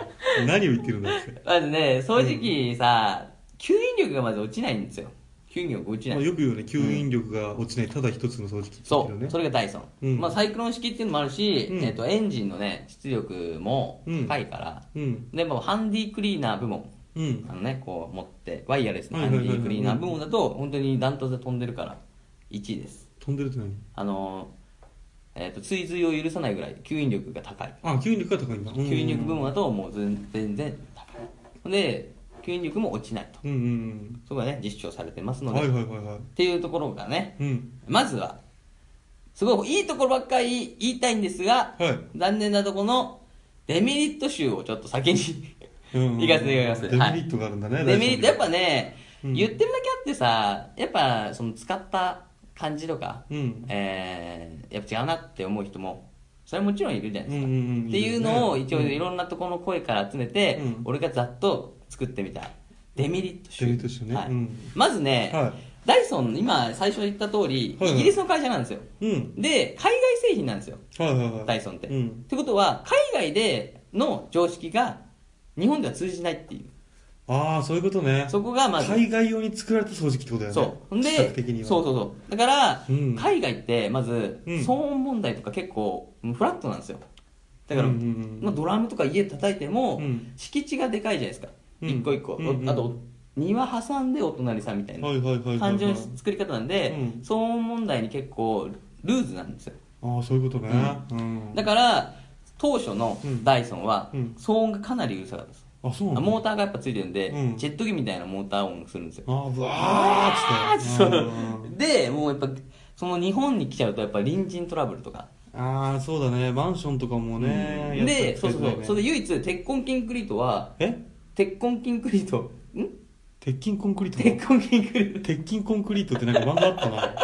[SPEAKER 2] 何を言ってるんだって。
[SPEAKER 1] まずね正直さ、吸引力がまず落ちないんですよ吸引力が落ちな
[SPEAKER 2] ま
[SPEAKER 1] い、
[SPEAKER 2] あ、よく言うよね、吸引力が落ちない、ただ一つの掃除機って
[SPEAKER 1] そ
[SPEAKER 2] 言ってるよ
[SPEAKER 1] う
[SPEAKER 2] ね。
[SPEAKER 1] それがダイソン、
[SPEAKER 2] うん
[SPEAKER 1] まあ、サイクロン式っていうのもあるし、
[SPEAKER 2] うん
[SPEAKER 1] えっとエンジンのね出力も
[SPEAKER 2] うん
[SPEAKER 1] 高いから、
[SPEAKER 2] うん。
[SPEAKER 1] でもハンディクリーナー部門
[SPEAKER 2] うん。
[SPEAKER 1] あのねこう持ってワイヤレスの
[SPEAKER 2] は
[SPEAKER 1] ハン
[SPEAKER 2] いはい
[SPEAKER 1] デ
[SPEAKER 2] はいはい
[SPEAKER 1] ィクリーナー部門だと本当にダントツで飛んでるから1位です
[SPEAKER 2] 飛んでるって何
[SPEAKER 1] あのえっ、と追随を許さないぐらい吸引力が高い
[SPEAKER 2] あ、吸引力が高いんだ。うん
[SPEAKER 1] 吸引力部門だともう全全然高いで吸引力も落ちないと
[SPEAKER 2] うんうん
[SPEAKER 1] そこがね実証されてます
[SPEAKER 2] うん。
[SPEAKER 1] の
[SPEAKER 2] は
[SPEAKER 1] で、
[SPEAKER 2] い
[SPEAKER 1] っ
[SPEAKER 2] はいはいはい。
[SPEAKER 1] ていうところがね
[SPEAKER 2] うん。
[SPEAKER 1] まずはすごいいいところばっかり言いたいんですが、
[SPEAKER 2] はい
[SPEAKER 1] 残念なところのデメリット集をちょっと先に
[SPEAKER 2] うんうん
[SPEAKER 1] いかせていただきます
[SPEAKER 2] デメリットがあるんだね、
[SPEAKER 1] デメリットやっぱね、
[SPEAKER 2] うん
[SPEAKER 1] 言ってるだけあってさやっぱその使った感じとか、
[SPEAKER 2] うん
[SPEAKER 1] えーやっぱ違うなって思う人もそれはもちろんいるじゃないですか、
[SPEAKER 2] うんうんうん
[SPEAKER 1] っていうのを
[SPEAKER 2] いるね
[SPEAKER 1] 一応いろんなところの声から集めて、
[SPEAKER 2] うん
[SPEAKER 1] 俺がざっと作ってみたデメリット集
[SPEAKER 2] デメリット集ね
[SPEAKER 1] はい
[SPEAKER 2] うん
[SPEAKER 1] まずね、
[SPEAKER 2] はい
[SPEAKER 1] ダイソン今最初言った通り、
[SPEAKER 2] はいは
[SPEAKER 1] イ
[SPEAKER 2] い
[SPEAKER 1] ギリスの会社なんですよ
[SPEAKER 2] うん。
[SPEAKER 1] で海外製品なんですよ
[SPEAKER 2] はいはいはい。
[SPEAKER 1] ダイソンって、
[SPEAKER 2] う
[SPEAKER 1] っ
[SPEAKER 2] ん。
[SPEAKER 1] てことは海外での常識が日本では通じないっていう
[SPEAKER 2] ああ、そういうことね。
[SPEAKER 1] そこがまず
[SPEAKER 2] 海外用に作られた掃除機ってことだよね。
[SPEAKER 1] そう。んで、
[SPEAKER 2] 比較的には。
[SPEAKER 1] そうそうそう。だから、
[SPEAKER 2] うん
[SPEAKER 1] 海外って、まず、
[SPEAKER 2] うん
[SPEAKER 1] 騒音問題とか結構、フラットなんですよ。だから、
[SPEAKER 2] うんうんうん
[SPEAKER 1] まあ、ドラムとか家叩いても、
[SPEAKER 2] うん
[SPEAKER 1] 敷地がでかいじゃないですか。
[SPEAKER 2] うん
[SPEAKER 1] 一個一個。
[SPEAKER 2] うんうん
[SPEAKER 1] あと、庭挟んでお隣さんみたいな
[SPEAKER 2] はいはいはいはいはい
[SPEAKER 1] 感じの作り方なんで、
[SPEAKER 2] うん
[SPEAKER 1] 騒音問題に結構、ルーズなんですよ。
[SPEAKER 2] ああ、そういうことね。うん。
[SPEAKER 1] だから、当初の
[SPEAKER 2] うん
[SPEAKER 1] ダイソンは、
[SPEAKER 2] うん
[SPEAKER 1] 騒音がかなりうるさかったです。
[SPEAKER 2] あ、そうなの
[SPEAKER 1] モーターがやっぱついてるんで、
[SPEAKER 2] うん
[SPEAKER 1] ジェット機みたいなモーター音するんですよ。
[SPEAKER 2] あー、うわーっつって。うん
[SPEAKER 1] でもうやっぱその日本に来ちゃうとやっぱ隣人トラブルとか、
[SPEAKER 2] ああ、そうだね。マンションとかもね。やっぱり
[SPEAKER 1] でそうそうそう、それで唯一鉄痕キンクリートは
[SPEAKER 2] え
[SPEAKER 1] 鉄痕キンクリート ん
[SPEAKER 2] 鉄筋コンクリー
[SPEAKER 1] 鉄
[SPEAKER 2] ト
[SPEAKER 1] 痕キンクリー
[SPEAKER 2] 鉄筋コンクリートってなんか漫画あったな。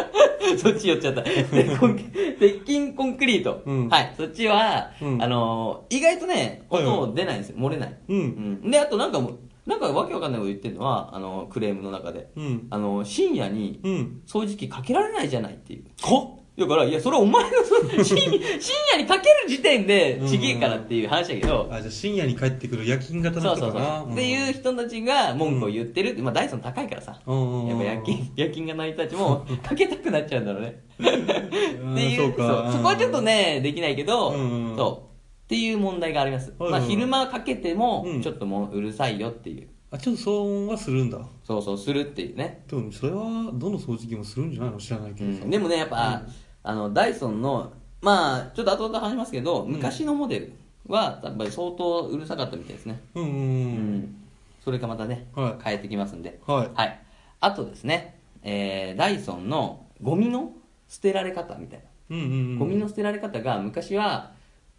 [SPEAKER 1] トそっち寄っちゃった鉄痕鉄筋コンクリート、
[SPEAKER 2] うん
[SPEAKER 1] はいそっちは、
[SPEAKER 2] うん
[SPEAKER 1] あのー意外とね
[SPEAKER 2] はいはい
[SPEAKER 1] 音出ないんですよ漏れない、
[SPEAKER 2] うん
[SPEAKER 1] であとなんかもうなんかわけわかんないこと言ってるのはあのークレームの中で、
[SPEAKER 2] うん
[SPEAKER 1] あのー深夜に
[SPEAKER 2] うん。
[SPEAKER 1] 掃除機かけられないじゃないっていう
[SPEAKER 2] は
[SPEAKER 1] だから、いや、それはお前のその深夜 深夜にかける時点で
[SPEAKER 2] うん
[SPEAKER 1] ちげえからっていう話だけど、
[SPEAKER 2] あ、じゃあ深夜に帰ってくる夜勤型
[SPEAKER 1] そ
[SPEAKER 2] の
[SPEAKER 1] うそ
[SPEAKER 2] 人
[SPEAKER 1] う
[SPEAKER 2] か
[SPEAKER 1] そ
[SPEAKER 2] な。
[SPEAKER 1] う。っていう人たちが文句を言ってるって、まあダイソン高いからさ。
[SPEAKER 2] う
[SPEAKER 1] や
[SPEAKER 2] んうんうん
[SPEAKER 1] っぱ夜勤、夜勤がない人たちもかけたくなっちゃうんだろうね。って
[SPEAKER 2] うん
[SPEAKER 1] い
[SPEAKER 2] そううか
[SPEAKER 1] そうそこはちょっとね、できないけど、
[SPEAKER 2] うんうん
[SPEAKER 1] そう。っていう問題があります。
[SPEAKER 2] はい
[SPEAKER 1] ま
[SPEAKER 2] は
[SPEAKER 1] あ
[SPEAKER 2] い
[SPEAKER 1] 昼間かけても
[SPEAKER 2] うん、
[SPEAKER 1] ちょっともううるさいよっていう。
[SPEAKER 2] あ、ちょっと騒音はするんだ。
[SPEAKER 1] そうそう、するっていうね。
[SPEAKER 2] でもそれはどの掃除機もするんじゃないの知らないけどさ。
[SPEAKER 1] でもね、やっぱ、あの、ダイソンの、まあ、ちょっと後々話しますけど、昔のモデルは、やっぱり相当うるさかったみたいですね。
[SPEAKER 2] うんうん
[SPEAKER 1] う
[SPEAKER 2] うん。
[SPEAKER 1] ん。それかまたね、
[SPEAKER 2] はい
[SPEAKER 1] 変えてきますんで。
[SPEAKER 2] はい
[SPEAKER 1] あとですね、えーダイソンのゴミの捨てられ方みたいな。
[SPEAKER 2] うんうんうん。
[SPEAKER 1] ゴミの捨てられ方が、昔は、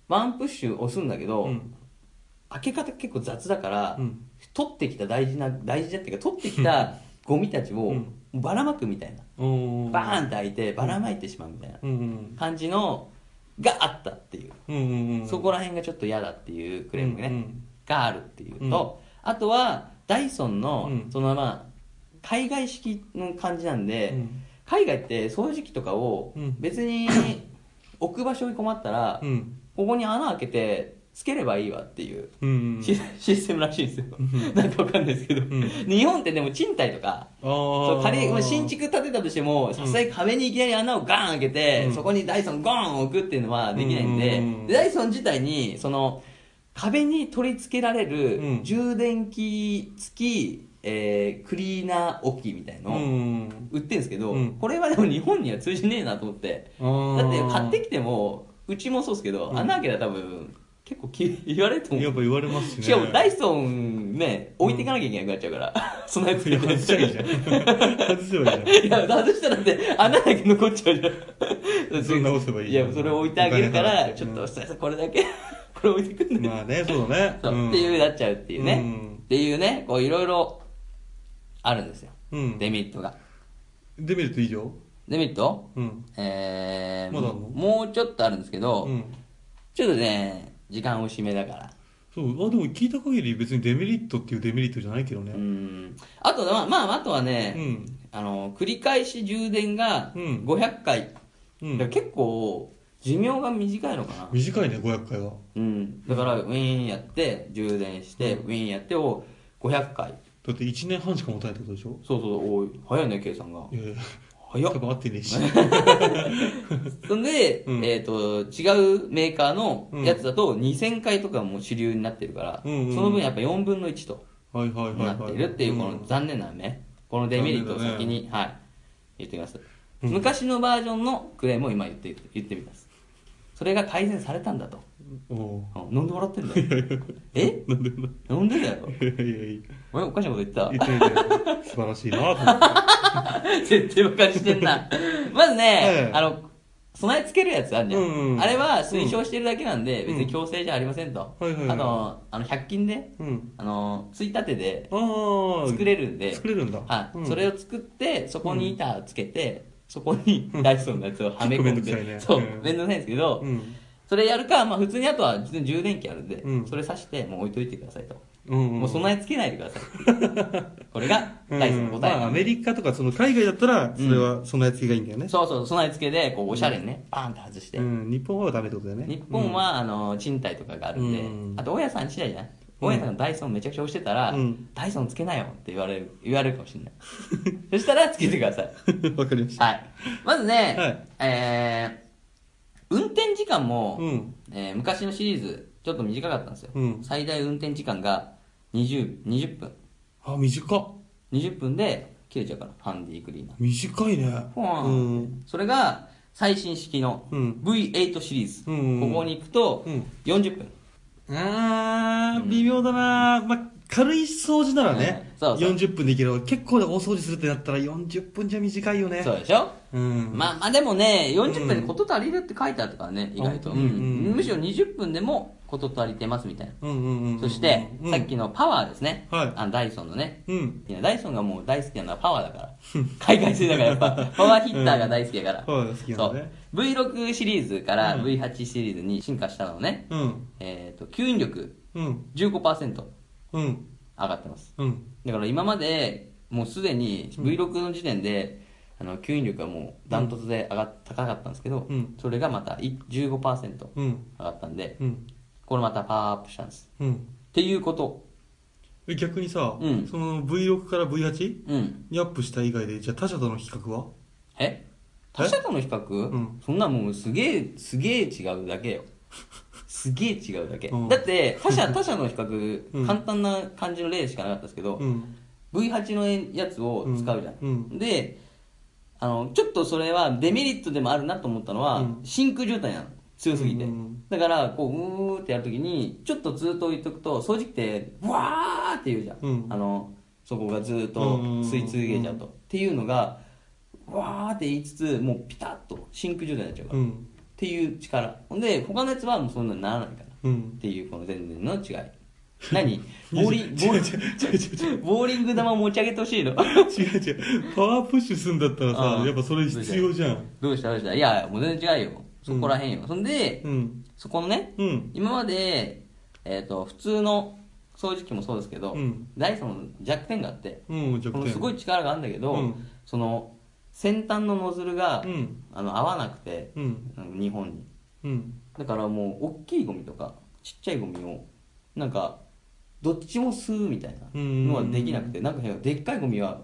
[SPEAKER 1] ワンプッシュ押すんだけど、
[SPEAKER 2] うん
[SPEAKER 1] 開け方結構雑だから、
[SPEAKER 2] うん
[SPEAKER 1] 取ってきた大事な、大事だっていうか、取ってきたゴミたちを
[SPEAKER 2] うん
[SPEAKER 1] ばらまくみたいな。
[SPEAKER 2] うんうん。
[SPEAKER 1] バーンって開いてばらまいてしまうみたいな
[SPEAKER 2] うんうん
[SPEAKER 1] 感じのがあったっていう、
[SPEAKER 2] うん。うんうんうん。
[SPEAKER 1] そこら辺がちょっと嫌だっていうクレームがね、
[SPEAKER 2] うんうん
[SPEAKER 1] があるっていうと、あとはダイソンの、
[SPEAKER 2] うん
[SPEAKER 1] そのまあ海外式の感じなんで、
[SPEAKER 2] うん
[SPEAKER 1] 海外って掃除機とかを
[SPEAKER 2] うん
[SPEAKER 1] 別 に置く場所に困ったら、
[SPEAKER 2] うん
[SPEAKER 1] ここに穴開けてつければいいわっていう
[SPEAKER 2] うんうん。
[SPEAKER 1] シシステムらしいんですよ、なんかわかんないですけど、
[SPEAKER 2] ん
[SPEAKER 1] 日本ってでも賃貸とか
[SPEAKER 2] あー
[SPEAKER 1] そう仮にまあ新築建てたとしてもさすがに壁にいきなり穴をガーン開けて、
[SPEAKER 2] うん
[SPEAKER 1] そこにダイソンゴーン置くっていうのはできないんで,、
[SPEAKER 2] うん
[SPEAKER 1] でダイソン自体にその壁に取り付けられ
[SPEAKER 2] う
[SPEAKER 1] る
[SPEAKER 2] ん
[SPEAKER 1] 充電器付き、えークリーナー置きみたいの
[SPEAKER 2] う
[SPEAKER 1] を
[SPEAKER 2] ん
[SPEAKER 1] 売ってるんですけど、
[SPEAKER 2] うん
[SPEAKER 1] これはでも日本には通じねえなと思って
[SPEAKER 2] あー
[SPEAKER 1] だって買ってきてもうちもそうですけど、穴開けたら多分結構き言われると思
[SPEAKER 2] やっ
[SPEAKER 1] う
[SPEAKER 2] ぱ言われますね
[SPEAKER 1] しかもダイソンね置いていかなきゃいけなくなっちゃうから、 そのやつ
[SPEAKER 2] いや外しちゃえばいいじゃん外せばいいじ
[SPEAKER 1] いや、外したらって、穴だけ残っちゃうじゃん。
[SPEAKER 2] そんな押せばいい
[SPEAKER 1] いや、それ置いてあげるか
[SPEAKER 2] お金払
[SPEAKER 1] ら、
[SPEAKER 2] って
[SPEAKER 1] ちょっと、さこれだけ、 これ置いてくん
[SPEAKER 2] ゃん
[SPEAKER 1] だ
[SPEAKER 2] まあねそうだね
[SPEAKER 1] そう、
[SPEAKER 2] ん
[SPEAKER 1] っていうなっちゃうっていうね。
[SPEAKER 2] うん
[SPEAKER 1] っていうね、こう、いろいろ、あるんですよ。
[SPEAKER 2] うん
[SPEAKER 1] デメリットが。
[SPEAKER 2] デメリット以上
[SPEAKER 1] デメリット
[SPEAKER 2] うん
[SPEAKER 1] えー、
[SPEAKER 2] まだあんの
[SPEAKER 1] もうちょっとあるんですけど、
[SPEAKER 2] うん
[SPEAKER 1] ちょっとね、時間を締めだから。
[SPEAKER 2] そうあでも聞いた限り別にデメリットっていうデメリットじゃないけど
[SPEAKER 1] う
[SPEAKER 2] ね
[SPEAKER 1] ん。あとは、まあ、あとはね、
[SPEAKER 2] うん
[SPEAKER 1] あの、繰り返し充電が
[SPEAKER 2] うん
[SPEAKER 1] 500回
[SPEAKER 2] うん
[SPEAKER 1] だから結構寿命が短いのかな
[SPEAKER 2] 短いね500回は
[SPEAKER 1] うんだからウィーンやって充電してウィーンやってを500回
[SPEAKER 2] だって1年半しか持たないってことでしょ
[SPEAKER 1] そうそうおい早いね計算が
[SPEAKER 2] いやいや
[SPEAKER 1] 早っ
[SPEAKER 2] 多分合ってね えし
[SPEAKER 1] そんで、
[SPEAKER 2] うん
[SPEAKER 1] えっ、と、違うメーカーのやつだと2000回とかもう主流になってるから、
[SPEAKER 2] うんうんうん
[SPEAKER 1] その分やっぱ4分の1と
[SPEAKER 2] はいはいはい
[SPEAKER 1] な
[SPEAKER 2] は
[SPEAKER 1] っているっていう、この
[SPEAKER 2] ん
[SPEAKER 1] 残念なね、このデメリットを先に、はい、言ってみます、昔のバージョンのクレームを今言って、言ってみます。それが改善されたんだと。
[SPEAKER 2] お
[SPEAKER 1] あ飲んで笑ってんだ よ。え
[SPEAKER 2] うなんでなんだ
[SPEAKER 1] 飲んでんだよ。
[SPEAKER 2] いや いやいや
[SPEAKER 1] お前おかしなこと言ってた
[SPEAKER 2] 言ってみて素晴らしいなと思っ て
[SPEAKER 1] 絶対バカにしてん な。まずね
[SPEAKER 2] ええ、
[SPEAKER 1] あの、備え付けるやつあるじゃ
[SPEAKER 2] うんうん
[SPEAKER 1] ん。
[SPEAKER 2] うん
[SPEAKER 1] あれは推奨してるだけなんで、別に強制じゃありませんと。あ
[SPEAKER 2] はいはいはい
[SPEAKER 1] と、あの、100均で、
[SPEAKER 2] うん
[SPEAKER 1] あの、ついたてで
[SPEAKER 2] ああ
[SPEAKER 1] 作れるんで、
[SPEAKER 2] 作れるんだ
[SPEAKER 1] はい
[SPEAKER 2] うん
[SPEAKER 1] それを作って、そこに板つけて、そこにダイソンのやつをはめ込ん
[SPEAKER 2] 結構めんどくさいね
[SPEAKER 1] で、そう
[SPEAKER 2] う、ん
[SPEAKER 1] めんどくさいんですけど
[SPEAKER 2] う、ん
[SPEAKER 1] それやるか、まあ普通にあとは充電器あるんで
[SPEAKER 2] う、ん
[SPEAKER 1] それ挿して、もう置いといてくださいと。
[SPEAKER 2] うんん
[SPEAKER 1] もう備え付けないでくださ い。これがダイソンの答え
[SPEAKER 2] うんまあ、
[SPEAKER 1] な
[SPEAKER 2] ア
[SPEAKER 1] んで
[SPEAKER 2] メリカとかその海外だったらそれは備え付けがいいんだよね、
[SPEAKER 1] そうそう、備え付けで、こう、おしゃれにね、バーンって外して
[SPEAKER 2] う。ん、日本はダメってことだよね
[SPEAKER 1] 日本は、あの、賃貸とかがある
[SPEAKER 2] うん
[SPEAKER 1] んで、あと、大家さん次第じゃない大家さんがダイソンめちゃくちゃ押してたら
[SPEAKER 2] うん、
[SPEAKER 1] ダイソンつけなよって言われる、言われるかもしれない。 そしたら、つけてくだ さい。
[SPEAKER 2] うんわかりました、
[SPEAKER 1] はい。まずね、えー運転時間も
[SPEAKER 2] うん、
[SPEAKER 1] えー昔のシリーズ、ちょっと短かったんですよ
[SPEAKER 2] うん。
[SPEAKER 1] 最大運転時間が20、20分。
[SPEAKER 2] あ短っ
[SPEAKER 1] 20分で切れちゃうから、ハンディクリーナー。
[SPEAKER 2] 短いね
[SPEAKER 1] フォ
[SPEAKER 2] う
[SPEAKER 1] ン
[SPEAKER 2] ん
[SPEAKER 1] それが最新式の
[SPEAKER 2] うん
[SPEAKER 1] V8 シリーズ、
[SPEAKER 2] うんうん
[SPEAKER 1] ここに行くと
[SPEAKER 2] うん
[SPEAKER 1] 40分、
[SPEAKER 2] あー微妙だな、まあ、軽い掃除ならね、
[SPEAKER 1] うんそうそう
[SPEAKER 2] 40分でいいけど結構大掃除するってなったら40分じゃ短いよね
[SPEAKER 1] そうでしょ、
[SPEAKER 2] うん
[SPEAKER 1] まあまあでもね40分で事足りるって書いてあったからね、意外と、
[SPEAKER 2] うんうん
[SPEAKER 1] むしろ20分でも事足りてますみたいな、
[SPEAKER 2] うんうんうんうん
[SPEAKER 1] そして、
[SPEAKER 2] うん
[SPEAKER 1] さっきのパワーですね、
[SPEAKER 2] はい
[SPEAKER 1] あのダイソンのね
[SPEAKER 2] うん
[SPEAKER 1] いやダイソンがもう大好きなのはパワーだから 海外製だからやっぱパワーヒッターが大好きだから、
[SPEAKER 2] パワーが好きなんだね
[SPEAKER 1] そう V6 シリーズから
[SPEAKER 2] うん
[SPEAKER 1] V8 シリーズに進化したのね、
[SPEAKER 2] うん
[SPEAKER 1] えっ、と吸引力
[SPEAKER 2] うん
[SPEAKER 1] 15%
[SPEAKER 2] うん
[SPEAKER 1] 上がってます
[SPEAKER 2] うん
[SPEAKER 1] だから今までもうすでに V6 の時点で、あの吸引力がもうダントツで上がっ高かったんですけど、
[SPEAKER 2] うん
[SPEAKER 1] それがまたい15%
[SPEAKER 2] う
[SPEAKER 1] 上
[SPEAKER 2] ん
[SPEAKER 1] がったんで、
[SPEAKER 2] うん
[SPEAKER 1] これまたパワーアップしたんです
[SPEAKER 2] うん
[SPEAKER 1] っていうこと
[SPEAKER 2] え逆にさ、
[SPEAKER 1] うん
[SPEAKER 2] その V6 から V8
[SPEAKER 1] うん
[SPEAKER 2] にアップした以外でじゃあ他社との比較は
[SPEAKER 1] え他社との比較、
[SPEAKER 2] ん
[SPEAKER 1] そんなもうすげえすげえ違うだけよすげえ違うだけ、
[SPEAKER 2] うん
[SPEAKER 1] だって他 社他社の比較、
[SPEAKER 2] うん
[SPEAKER 1] 簡単な感じの例しかなかったですけど、
[SPEAKER 2] うん、
[SPEAKER 1] V8 のやつを使うじゃん、
[SPEAKER 2] うんう
[SPEAKER 1] であのちょっとそれはデメリットでもあるなと思ったのは、
[SPEAKER 2] うん
[SPEAKER 1] 真空状態なの強すぎて、
[SPEAKER 2] うん
[SPEAKER 1] だからこううーってやるときにちょっとずっと置いとくと掃除機ってわーって言うじゃん、
[SPEAKER 2] うん
[SPEAKER 1] あのそこがずっと吸い続けちゃうと、っていうのがわーって言いつつもうピタッと真空状態になっちゃうか
[SPEAKER 2] う
[SPEAKER 1] ら、っ
[SPEAKER 2] ん
[SPEAKER 1] ていう力ほんで他のやつはもうそんなにならないからっ
[SPEAKER 2] うん
[SPEAKER 1] ていうこの全然の違い 何ボーリンボーリン
[SPEAKER 2] 違う違う違う
[SPEAKER 1] ボーリング球持ち上げてほしいの
[SPEAKER 2] 違う違うパワープッシュすんだったらさ
[SPEAKER 1] ああ
[SPEAKER 2] やっぱそれ必要じゃん
[SPEAKER 1] どうしたどうしたいやもう全然違うよそこらへんよ、そんで、
[SPEAKER 2] うん
[SPEAKER 1] そこのね
[SPEAKER 2] うん
[SPEAKER 1] 今まで、えっと普通の掃除機もそうですけど、
[SPEAKER 2] うん
[SPEAKER 1] ダイソンの弱点があって
[SPEAKER 2] うん弱
[SPEAKER 1] この
[SPEAKER 2] 点
[SPEAKER 1] すごい力があるんだけど、
[SPEAKER 2] うん
[SPEAKER 1] その先端のノズルが、
[SPEAKER 2] うん
[SPEAKER 1] あの合わなくて、
[SPEAKER 2] うん
[SPEAKER 1] なんか日本に
[SPEAKER 2] うん
[SPEAKER 1] だからもう大きいゴミとかちっちゃいゴミをなんかどっちも吸うみたいなのはできなくてなんかでっかいゴミは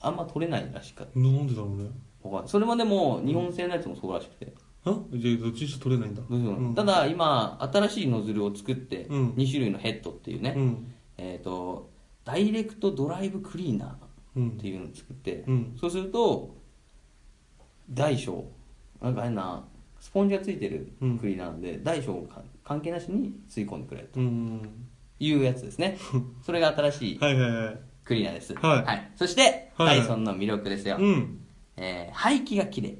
[SPEAKER 1] あんま取れないらしかった
[SPEAKER 2] なんでだろうね
[SPEAKER 1] わかんないそれまでも日本製のやつもそうらしくて、
[SPEAKER 2] あじゃあどっちにしろ取れないんだ
[SPEAKER 1] どうしよう
[SPEAKER 2] うん
[SPEAKER 1] ただ今新しいノズルを作って
[SPEAKER 2] うん
[SPEAKER 1] 2種類のヘッドっていうね、
[SPEAKER 2] うん
[SPEAKER 1] えっ、とダイレクトドライブクリーナ
[SPEAKER 2] う
[SPEAKER 1] ーって
[SPEAKER 2] ん
[SPEAKER 1] いうのを作って、
[SPEAKER 2] うん
[SPEAKER 1] そうすると大小なんか変なスポンジがついてる
[SPEAKER 2] うん
[SPEAKER 1] クリーナーなんで、大小か関係なしに吸い込んでくれると
[SPEAKER 2] うん
[SPEAKER 1] いうやつです ねそれが新しい
[SPEAKER 2] はいはいはい
[SPEAKER 1] クリーナーです、
[SPEAKER 2] はい
[SPEAKER 1] そして、
[SPEAKER 2] はい
[SPEAKER 1] ダイソンの魅力ですよ、
[SPEAKER 2] うん
[SPEAKER 1] えー排気が綺麗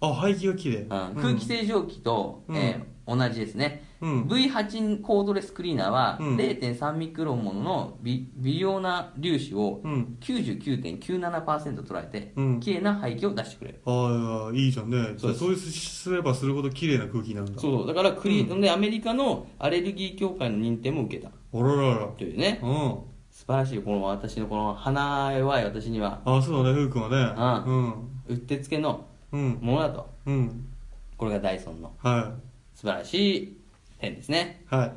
[SPEAKER 2] あ排気が綺麗
[SPEAKER 1] うん空気清浄機と、
[SPEAKER 2] うん
[SPEAKER 1] えー同じですね、
[SPEAKER 2] うん
[SPEAKER 1] V8 コードレスクリーナーは
[SPEAKER 2] うん
[SPEAKER 1] 0.3ミクロンものの微微量な粒子を
[SPEAKER 2] うん
[SPEAKER 1] 99.97%捉えて、
[SPEAKER 2] うん
[SPEAKER 1] 綺麗な排気を出してくれる
[SPEAKER 2] ああいいじゃんね
[SPEAKER 1] そうです
[SPEAKER 2] そういうすればするほど綺麗な空気になるんだ
[SPEAKER 1] そうだからクリ、でアメリカのアレルギー協会の認定も受けた
[SPEAKER 2] あららら
[SPEAKER 1] というね
[SPEAKER 2] うん
[SPEAKER 1] 素晴らしいこの私のこの鼻弱い私には
[SPEAKER 2] あそうだねふうくんはね
[SPEAKER 1] うってつけの
[SPEAKER 2] うんうん
[SPEAKER 1] ものだと
[SPEAKER 2] うん
[SPEAKER 1] これがダイソンの
[SPEAKER 2] は
[SPEAKER 1] 素晴らしいペンですね
[SPEAKER 2] い。はい。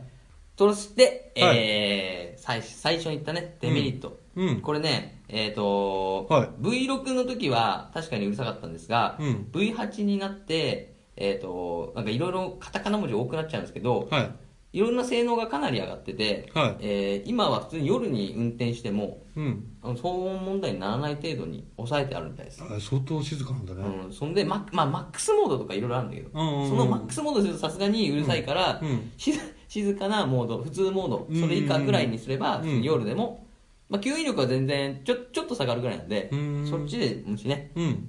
[SPEAKER 1] そして、
[SPEAKER 2] はい
[SPEAKER 1] えー最最初に言ったねデメリット、
[SPEAKER 2] うんうん
[SPEAKER 1] これねえっ、と、
[SPEAKER 2] はい
[SPEAKER 1] V6 の時は確かにうるさかったんですが、
[SPEAKER 2] うん
[SPEAKER 1] V8 になってえっ、となんかいろいろカタカナ文字多くなっちゃうんですけど、
[SPEAKER 2] はい。
[SPEAKER 1] いろんな性能がかなり上がってて、
[SPEAKER 2] はい
[SPEAKER 1] えー今は普通に夜に運転しても
[SPEAKER 2] うん。
[SPEAKER 1] あの騒音問題にならない程度に抑えてあるみたいです、
[SPEAKER 2] あ相当静かなんだね。
[SPEAKER 1] うん、そんでマ,、まあ、マックスモードとかいろいろあるんだけど、
[SPEAKER 2] うんうんうん
[SPEAKER 1] そのマックスモードするとさすがにうるさいから、
[SPEAKER 2] うんうん
[SPEAKER 1] し 静かなモード普通モードそれ以下ぐらいにすれば、
[SPEAKER 2] うんうんうん
[SPEAKER 1] 夜でも、まあ、吸引力は全然ちょちょっと下がるぐらいなんで、
[SPEAKER 2] うん
[SPEAKER 1] そっちでもしね、
[SPEAKER 2] うん。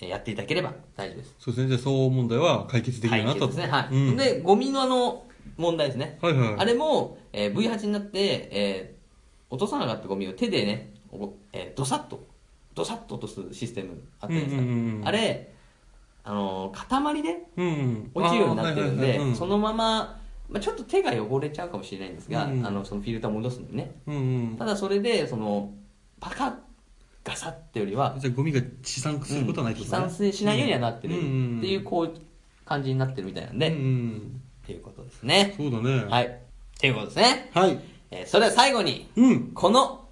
[SPEAKER 1] えーやっていただければ大丈夫です
[SPEAKER 2] そうですね。じゃあ、騒音問題は解決できるよう
[SPEAKER 1] は
[SPEAKER 2] に
[SPEAKER 1] い
[SPEAKER 2] な
[SPEAKER 1] そ
[SPEAKER 2] っ
[SPEAKER 1] う
[SPEAKER 2] た
[SPEAKER 1] で
[SPEAKER 2] と。
[SPEAKER 1] すねはい、
[SPEAKER 2] うん。
[SPEAKER 1] でゴミのあの問題ですね、
[SPEAKER 2] はいはい。
[SPEAKER 1] あれも、えー V8 になって、えー落とさなかったゴミを手でね、おえードサッと、ドサッと落とすシステムあったじゃないですか。
[SPEAKER 2] うんうんうん
[SPEAKER 1] あれ、あのー塊で
[SPEAKER 2] うん。
[SPEAKER 1] 落ちるようになってるん
[SPEAKER 2] あーはい
[SPEAKER 1] で
[SPEAKER 2] はいはいうん、
[SPEAKER 1] そのまま、まあ、ちょっと手が汚れちゃうかもしれないんですが、
[SPEAKER 2] うん
[SPEAKER 1] あのそのフィルター戻すのにね。
[SPEAKER 2] うんうん
[SPEAKER 1] た。だそれで、その、パカッ、ガサッってよりは、
[SPEAKER 2] じゃあ、ゴミが飛散することはないって
[SPEAKER 1] 飛
[SPEAKER 2] ことね
[SPEAKER 1] 散しないようにはなってる、
[SPEAKER 2] うんうんうん
[SPEAKER 1] っていうこう感じになってるみたいなんで、
[SPEAKER 2] うんうん。
[SPEAKER 1] っていうことですね。
[SPEAKER 2] そうだね。。
[SPEAKER 1] はいい。っていうことですね。
[SPEAKER 2] はい。
[SPEAKER 1] えーそれでは最後に、
[SPEAKER 2] うん。
[SPEAKER 1] この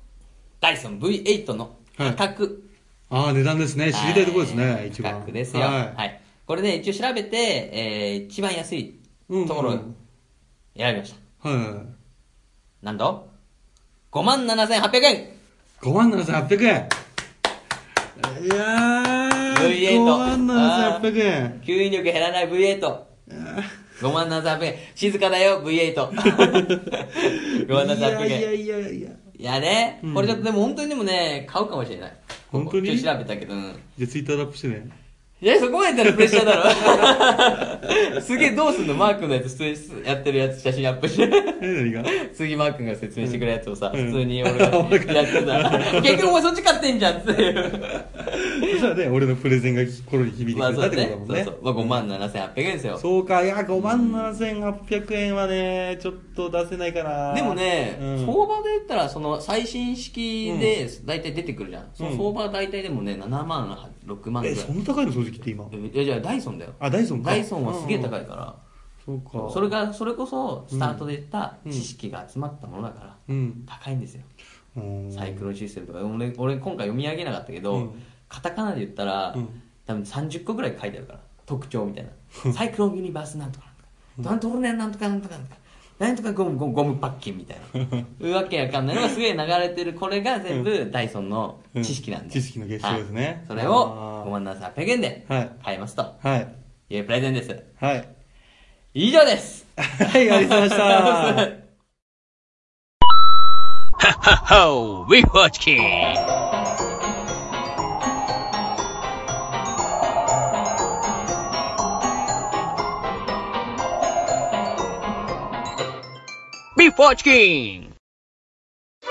[SPEAKER 1] ダイソン V8 の価格、
[SPEAKER 2] ああ、値段ですね。知りたいところです
[SPEAKER 1] は
[SPEAKER 2] ね。
[SPEAKER 1] い
[SPEAKER 2] 一番。
[SPEAKER 1] 価格ですよ、はい
[SPEAKER 2] はい。
[SPEAKER 1] これね一応調べて、えー一番安い
[SPEAKER 2] うんうん
[SPEAKER 1] ところを選びました、
[SPEAKER 2] はい。
[SPEAKER 1] なんと5万7800円
[SPEAKER 2] 5万7800円いやー
[SPEAKER 1] V8
[SPEAKER 2] 5万7800円
[SPEAKER 1] 吸引力減らない V85 万7800円静かだよ V85 万
[SPEAKER 2] いや
[SPEAKER 1] 7800円
[SPEAKER 2] い
[SPEAKER 1] い
[SPEAKER 2] や
[SPEAKER 1] や
[SPEAKER 2] いやいや
[SPEAKER 1] ね、これちょっとでも本当にでもね買うかもしれない
[SPEAKER 2] 本当に
[SPEAKER 1] ちょっと調べたけど、うん
[SPEAKER 2] じゃあツイッターでアップしてね
[SPEAKER 1] いや、そこまでやったらプレッシャーだ ろ。すげえ、どうすんのマー君のやつ、普通にやってるやつ、写真アップして。
[SPEAKER 2] え何が
[SPEAKER 1] 次、マー君が説明してくれるやつをさ、
[SPEAKER 2] うん
[SPEAKER 1] 普通に俺 がやってた。結局、お前そっち買ってんじゃんっていう。
[SPEAKER 2] そしたらね俺のプレゼンが心に響いて
[SPEAKER 1] まあ、そう
[SPEAKER 2] くれたって
[SPEAKER 1] だね
[SPEAKER 2] ことだもん。
[SPEAKER 1] そう
[SPEAKER 2] ね
[SPEAKER 1] そう。まあ、5万7800円ですよ。
[SPEAKER 2] そうかいや5万7800円はねちょっと出せないかな
[SPEAKER 1] でもね、
[SPEAKER 2] うん
[SPEAKER 1] 相場で言ったら、その最新式で、大体出てくるじゃん。その相場は大体でもね、7万、6万ぐら
[SPEAKER 2] え
[SPEAKER 1] い。
[SPEAKER 2] そんな高いの掃除機って今
[SPEAKER 1] いや、じゃあダイソンだよ。
[SPEAKER 2] あダイソンか
[SPEAKER 1] ダイソンはすげえ高いから。
[SPEAKER 2] そうか
[SPEAKER 1] それがそれこそスタートで言った
[SPEAKER 2] うん
[SPEAKER 1] 知識が集まったものだから
[SPEAKER 2] うん
[SPEAKER 1] 高いんですよ
[SPEAKER 2] うん
[SPEAKER 1] サイクロンシステムとか俺俺今回読み上げなかったけど、
[SPEAKER 2] うん
[SPEAKER 1] カタカナで言ったら、
[SPEAKER 2] うん
[SPEAKER 1] 多分30個ぐらい書いてあるから特徴みたいなサイクロンユニバースなんとかなんとか、なんとかなんとかなんとかなんとかなんとかゴムゴムゴムパッキンみたいないうわけわかんないのがすげえ流れてるこれが全部ダイソンの知識なんで、
[SPEAKER 2] うん知識の結晶ですね
[SPEAKER 1] はいそれ
[SPEAKER 2] あ
[SPEAKER 1] を
[SPEAKER 2] ー
[SPEAKER 1] 5万7800円で
[SPEAKER 2] はい
[SPEAKER 1] 買いますと
[SPEAKER 2] はい
[SPEAKER 1] いうプレゼンです
[SPEAKER 2] はい
[SPEAKER 1] 以上です
[SPEAKER 2] はいありがとうございました
[SPEAKER 4] Ho, we watch King. Beef Watch King!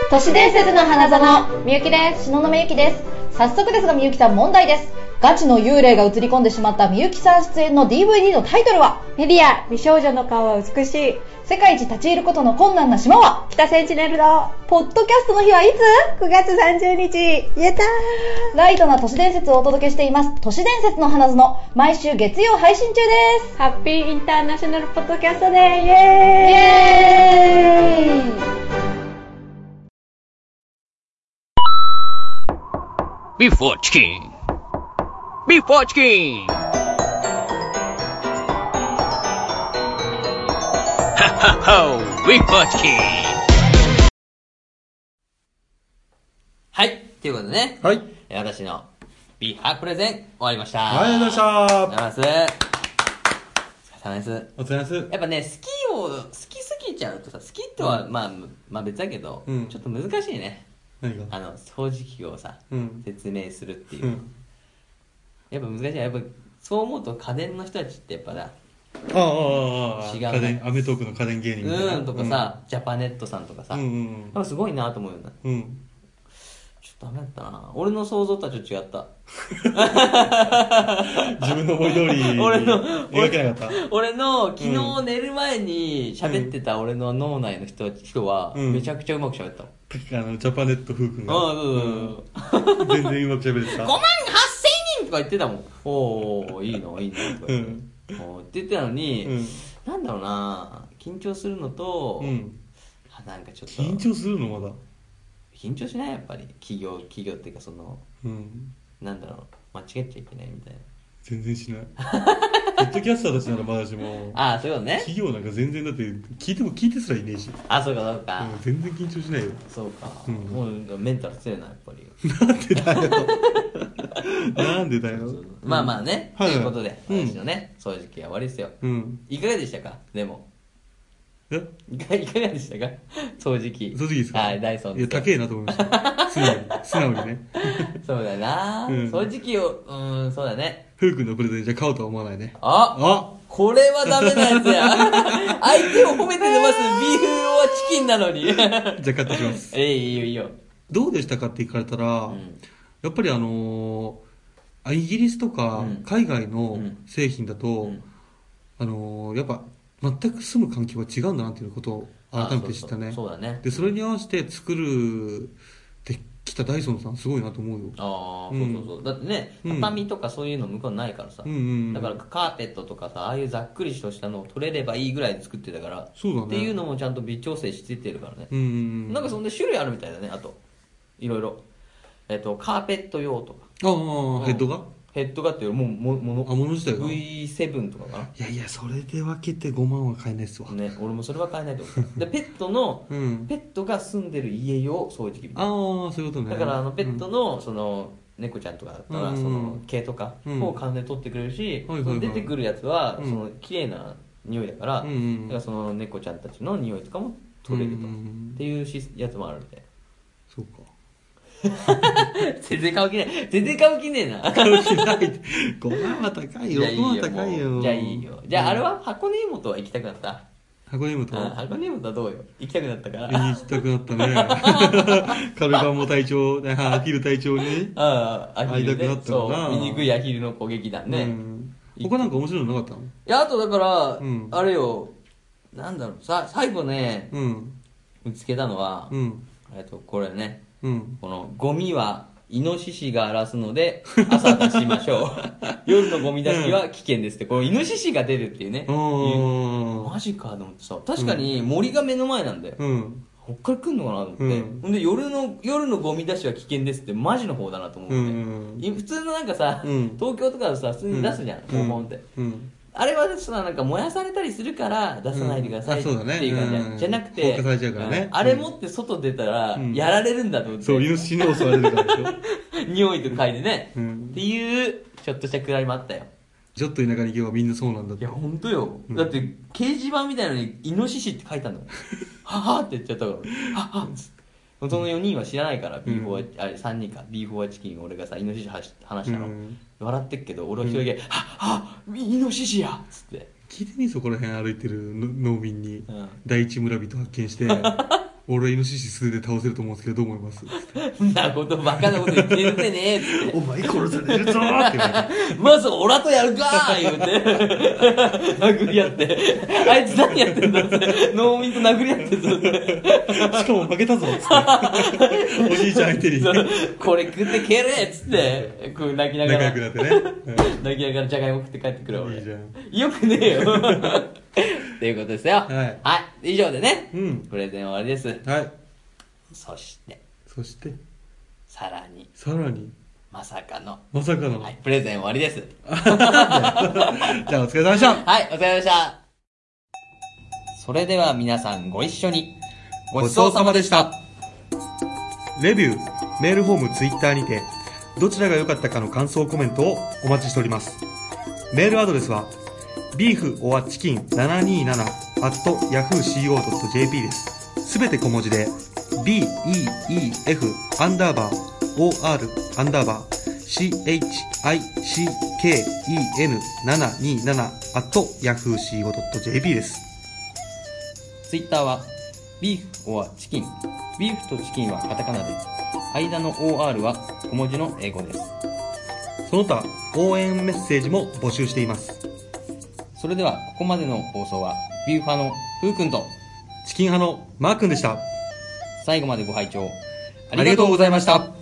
[SPEAKER 5] 都市伝説の花園みゆきです東雲ゆきです早速ですがみゆきさん問題ですガチの幽霊が映り込んでしまったみゆきさん出演の DVD のタイトルは
[SPEAKER 6] メディア美少女の顔は美しい
[SPEAKER 5] 世界一立ち入ることの困難な島は
[SPEAKER 6] 北センチネルの
[SPEAKER 5] ポッドキャストの日はいつ
[SPEAKER 6] 9月30日言えた
[SPEAKER 5] ライトな都市伝説をお届けしています都市伝説の花園毎週月曜配信中です
[SPEAKER 6] ーハッピーインターナショナルポッドキャストでイエーイ
[SPEAKER 5] イエーイ
[SPEAKER 4] ビーフォーチキンビーフォーチキンハッハッホービーフォーチキン
[SPEAKER 1] はい。ということでね、
[SPEAKER 2] はい
[SPEAKER 1] え私のビーハープレゼン終わりました。
[SPEAKER 2] ありがとうご
[SPEAKER 1] あ
[SPEAKER 2] ざ
[SPEAKER 1] り
[SPEAKER 2] いました
[SPEAKER 1] がとうございます。お疲れ様です。
[SPEAKER 2] お疲れ様です
[SPEAKER 1] やっぱね、好きを、好きすぎちゃうとさ、好きとは、まあ、まあ別だけど、
[SPEAKER 2] うん
[SPEAKER 1] ちょっと難しいね。
[SPEAKER 2] 何が
[SPEAKER 1] あの、掃除機をさ、
[SPEAKER 2] うん
[SPEAKER 1] 説明するっていう。
[SPEAKER 2] うん
[SPEAKER 1] やっぱ難しい。やっぱ、そう思うと家電の人たちってやっぱな、
[SPEAKER 2] ああああああ
[SPEAKER 1] 違うな
[SPEAKER 2] 家電アメトークの家電芸
[SPEAKER 1] う
[SPEAKER 2] 人みたいな
[SPEAKER 1] ーんとかさ、ジャパネットさんとかさ、
[SPEAKER 2] うんう
[SPEAKER 1] やっ
[SPEAKER 2] ん
[SPEAKER 1] ぱすごいなと思うような。
[SPEAKER 2] うんうん
[SPEAKER 1] ちょっとダメだったな。俺の想像とはちょっと違 った。
[SPEAKER 2] 自分の思い通り
[SPEAKER 1] 俺の
[SPEAKER 2] 描けなかっ
[SPEAKER 1] 俺の昨日寝る前に喋ってた俺の脳内の人人は
[SPEAKER 2] うん
[SPEAKER 1] めちゃくちゃうまく喋ったもん。
[SPEAKER 2] たあのジャパネット風君が
[SPEAKER 1] ああ、そうそうそう。
[SPEAKER 2] 全然うまく喋れてた
[SPEAKER 1] 5万8000人とか言ってたもん。おーおー、いいな、いいな、とか言って。
[SPEAKER 2] うん
[SPEAKER 1] お言ってたのに、
[SPEAKER 2] うん
[SPEAKER 1] なんだろうな緊張するのと、
[SPEAKER 2] うん
[SPEAKER 1] あなんかちょっと
[SPEAKER 2] 緊張するのまだ
[SPEAKER 1] 緊張しないやっぱり企業企業っていうかその
[SPEAKER 2] うん
[SPEAKER 1] なんだろう間違っちゃいけないみたいな
[SPEAKER 2] 全然しないポッドキャスターたちならまだしも
[SPEAKER 1] ああそういうことね
[SPEAKER 2] 企業なんか全然だって聞いても聞いてすらいねえし、
[SPEAKER 1] あそうかそうか、
[SPEAKER 2] うん、全然緊張しないよ
[SPEAKER 1] そうか、
[SPEAKER 2] うん
[SPEAKER 1] もうメンタル強いなやっぱり
[SPEAKER 2] なんでだ よなんでだよ
[SPEAKER 1] まあまあね、
[SPEAKER 2] はいはい
[SPEAKER 1] ということで
[SPEAKER 2] うん
[SPEAKER 1] 私のね掃除機は終わりですよ
[SPEAKER 2] うん
[SPEAKER 1] いかがでしたかでも
[SPEAKER 2] え
[SPEAKER 1] いかいかがでしたか掃除機
[SPEAKER 2] 正直ですか
[SPEAKER 1] はいダイソン
[SPEAKER 2] いや
[SPEAKER 1] ですよ
[SPEAKER 2] 高えなと思いました素直に素直に ね
[SPEAKER 1] そうだな、
[SPEAKER 2] うん
[SPEAKER 1] 掃除機をうーんそうだね
[SPEAKER 2] ふうくんのプレゼンじゃ買おうとは思わないね
[SPEAKER 1] あ
[SPEAKER 2] あ
[SPEAKER 1] これはダメなやつ や相手を褒めて伸ばすビーフはチキンなの に
[SPEAKER 2] じゃあ買ってきます
[SPEAKER 1] えいいよいいよ
[SPEAKER 2] どうでしたかって聞かれたら、
[SPEAKER 1] ん
[SPEAKER 2] やっぱりあのーイギリスとか
[SPEAKER 1] うん
[SPEAKER 2] 海外の
[SPEAKER 1] うん
[SPEAKER 2] 製品だと、
[SPEAKER 1] ん
[SPEAKER 2] あのーやっぱ全く住む環境は違うんだなっていうことを改めて知ったね
[SPEAKER 1] あそうそうそうだね
[SPEAKER 2] でそれに合わせて作るってきたダイソンさんすごいなと思うよ
[SPEAKER 1] ああ、
[SPEAKER 2] うん
[SPEAKER 1] そうそうそうだってね
[SPEAKER 2] うん
[SPEAKER 1] 畳とかそういうの向こうないからさ、
[SPEAKER 2] うんうんうん
[SPEAKER 1] だからカーペットとかさああいうざっくりとしたのを取れればいいぐらいで作ってたから
[SPEAKER 2] そうだね
[SPEAKER 1] っていうのもちゃんと微調整してってるからね
[SPEAKER 2] う、ん
[SPEAKER 1] なんかそんで種類あるみたいだねあといろいろえっとカーペット用とか
[SPEAKER 2] ああヘッドが
[SPEAKER 1] ヘッドがっていうよりもうももの
[SPEAKER 2] あ物自体が
[SPEAKER 1] V7 とかかない
[SPEAKER 2] やいやそれで分けて5万は買えないっすわ、
[SPEAKER 1] ね、俺もそれは買えないと思うでペットの、
[SPEAKER 2] うん
[SPEAKER 1] ペットが住んでる家用掃除機みたいな
[SPEAKER 2] ああそういうことね
[SPEAKER 1] だからあのペットのその猫ちゃんとかだったら
[SPEAKER 2] うん
[SPEAKER 1] その毛とか
[SPEAKER 2] うん
[SPEAKER 1] を完全に取ってくれるし、
[SPEAKER 2] はいはいはい
[SPEAKER 1] その出てくるやつは
[SPEAKER 2] うん
[SPEAKER 1] その綺麗な匂いだから、
[SPEAKER 2] うんうん
[SPEAKER 1] だからその猫ちゃんたちの匂いとかも取れると、
[SPEAKER 2] うんうん
[SPEAKER 1] っていうシスやつもあるん で
[SPEAKER 2] そうか
[SPEAKER 1] 全然買う気ねえ全然買う気ねえな
[SPEAKER 2] 買う気ない5万は高 いよ
[SPEAKER 1] じゃあいい
[SPEAKER 2] 6万は
[SPEAKER 1] よ
[SPEAKER 2] 高い
[SPEAKER 1] も
[SPEAKER 2] よ
[SPEAKER 1] うじゃあいいよじゃああれは箱根湯本は行きたくなった、
[SPEAKER 2] 箱根と
[SPEAKER 1] あ箱根湯本はどうよ行きたくなったから
[SPEAKER 2] 行きたくなった ねカルガモ隊長ねアヒル隊長に
[SPEAKER 1] ああ、アヒル
[SPEAKER 2] 会いたくな
[SPEAKER 1] ね
[SPEAKER 2] っ。たの
[SPEAKER 1] そ
[SPEAKER 2] かな
[SPEAKER 1] う、醜いアヒルの攻撃団ね。
[SPEAKER 2] う
[SPEAKER 1] い
[SPEAKER 2] ん他なんか面白いのなかったの
[SPEAKER 1] や、あとだから、
[SPEAKER 2] うん
[SPEAKER 1] あれよ、なんだろう、さ、最後ね、
[SPEAKER 2] うん
[SPEAKER 1] 見つけたのは、
[SPEAKER 2] うん
[SPEAKER 1] えっと、これね、
[SPEAKER 2] うん
[SPEAKER 1] この、ゴミは、イノシシが荒らすので、朝出しまし ょう。夜のゴミ出しは危険ですって、このイノシシが出るっていうね。
[SPEAKER 2] あ
[SPEAKER 1] マジかと思ってさ、確かに森が目の前なんだよ。
[SPEAKER 2] あうん
[SPEAKER 1] こっから来んのかなと思って、
[SPEAKER 2] うん
[SPEAKER 1] ほんで夜の夜のゴミ出しは危険ですってマジの方だなと思って、
[SPEAKER 2] うん
[SPEAKER 1] い普通のなんかさ、
[SPEAKER 2] うん
[SPEAKER 1] 東京とかでさ普通に出すじゃん、ポンポンって、
[SPEAKER 2] うん
[SPEAKER 1] あれはさなんか燃やされたりするから出さないでください
[SPEAKER 2] うんあ
[SPEAKER 1] って
[SPEAKER 2] そうだね
[SPEAKER 1] いう感じじゃ
[SPEAKER 2] うん
[SPEAKER 1] んじゃなく
[SPEAKER 2] 放
[SPEAKER 1] て
[SPEAKER 2] 火されちゃうからね
[SPEAKER 1] んあれ持って外出たら
[SPEAKER 2] うん
[SPEAKER 1] やられるんだと思って、
[SPEAKER 2] そうイノシシに襲われるからでしょ
[SPEAKER 1] 匂いと嗅いでね、
[SPEAKER 2] うん
[SPEAKER 1] っていうちょっとしたくだりもあったよ
[SPEAKER 2] ちょっと田舎に行けばみんなそうなんだっ
[SPEAKER 1] い
[SPEAKER 2] て
[SPEAKER 1] や本当よ、だって掲示板みたいなのに「イノシシ」って書い たんだもんははって言っちゃったからははっつってその4人は知らないから、B4 はあれ3人か B4 はチキン俺がさイノシシはし話したの、
[SPEAKER 2] うん
[SPEAKER 1] 笑ってっけど俺は一人だけ「ははイノシシや!」っつって
[SPEAKER 2] 聞いてみそこら辺歩いてるの農民に、
[SPEAKER 1] うん
[SPEAKER 2] 第一村人発見して 俺はイノシシ素手で倒せると思うんですけどどう思いま
[SPEAKER 1] 「
[SPEAKER 2] す
[SPEAKER 1] そんなことバカなこと言ってるぜね」っつって
[SPEAKER 2] お前殺されるぞーって言われ
[SPEAKER 1] 「
[SPEAKER 2] て
[SPEAKER 1] まずオラとやるか!」言うて殴り合って「あいつ何やってんだ」っつって農民と殴り合ってずっと。
[SPEAKER 2] しかも負けたぞっつって おじいちゃん相手に
[SPEAKER 1] そう
[SPEAKER 2] 仲
[SPEAKER 1] これ食ってけれっつってこう泣きながら
[SPEAKER 2] 良くなってね、
[SPEAKER 1] 泣きながらじゃがいも食って帰ってくる
[SPEAKER 2] うん
[SPEAKER 1] 俺
[SPEAKER 2] いいじゃん
[SPEAKER 1] よくねえよっていうことですよ
[SPEAKER 2] はい
[SPEAKER 1] 以上でね、
[SPEAKER 2] うん
[SPEAKER 1] プレゼン終わりです
[SPEAKER 2] はい
[SPEAKER 1] そして
[SPEAKER 2] そして
[SPEAKER 1] さらに
[SPEAKER 2] さらに
[SPEAKER 1] まさかの
[SPEAKER 2] まさかの、
[SPEAKER 1] はいプレゼン終わりです
[SPEAKER 2] じゃあお疲れ様でした
[SPEAKER 1] はいお疲れ様でしたそれでは皆さんご一緒にごちそうさまでした
[SPEAKER 2] レビューメールフォームツイッターにてどちらが良かったかの感想コメントをお待ちしておりますメールアドレスは beeforchicken727-yahooco.jp ですすべて小文字で beef アンダーバー or アンダーバー chicken727-yahooco.jp です
[SPEAKER 1] ツイッターは、ビーフ or チキン。ビーフとチキンはカタカナで、間の OR は小文字の英語です。
[SPEAKER 2] その他応援メッセージも募集しています
[SPEAKER 1] それでは、ここまでの放送は、ビューファのふうくんと、
[SPEAKER 2] チキン派のマー君でした
[SPEAKER 1] 最後までご拝聴
[SPEAKER 2] ありがとうございました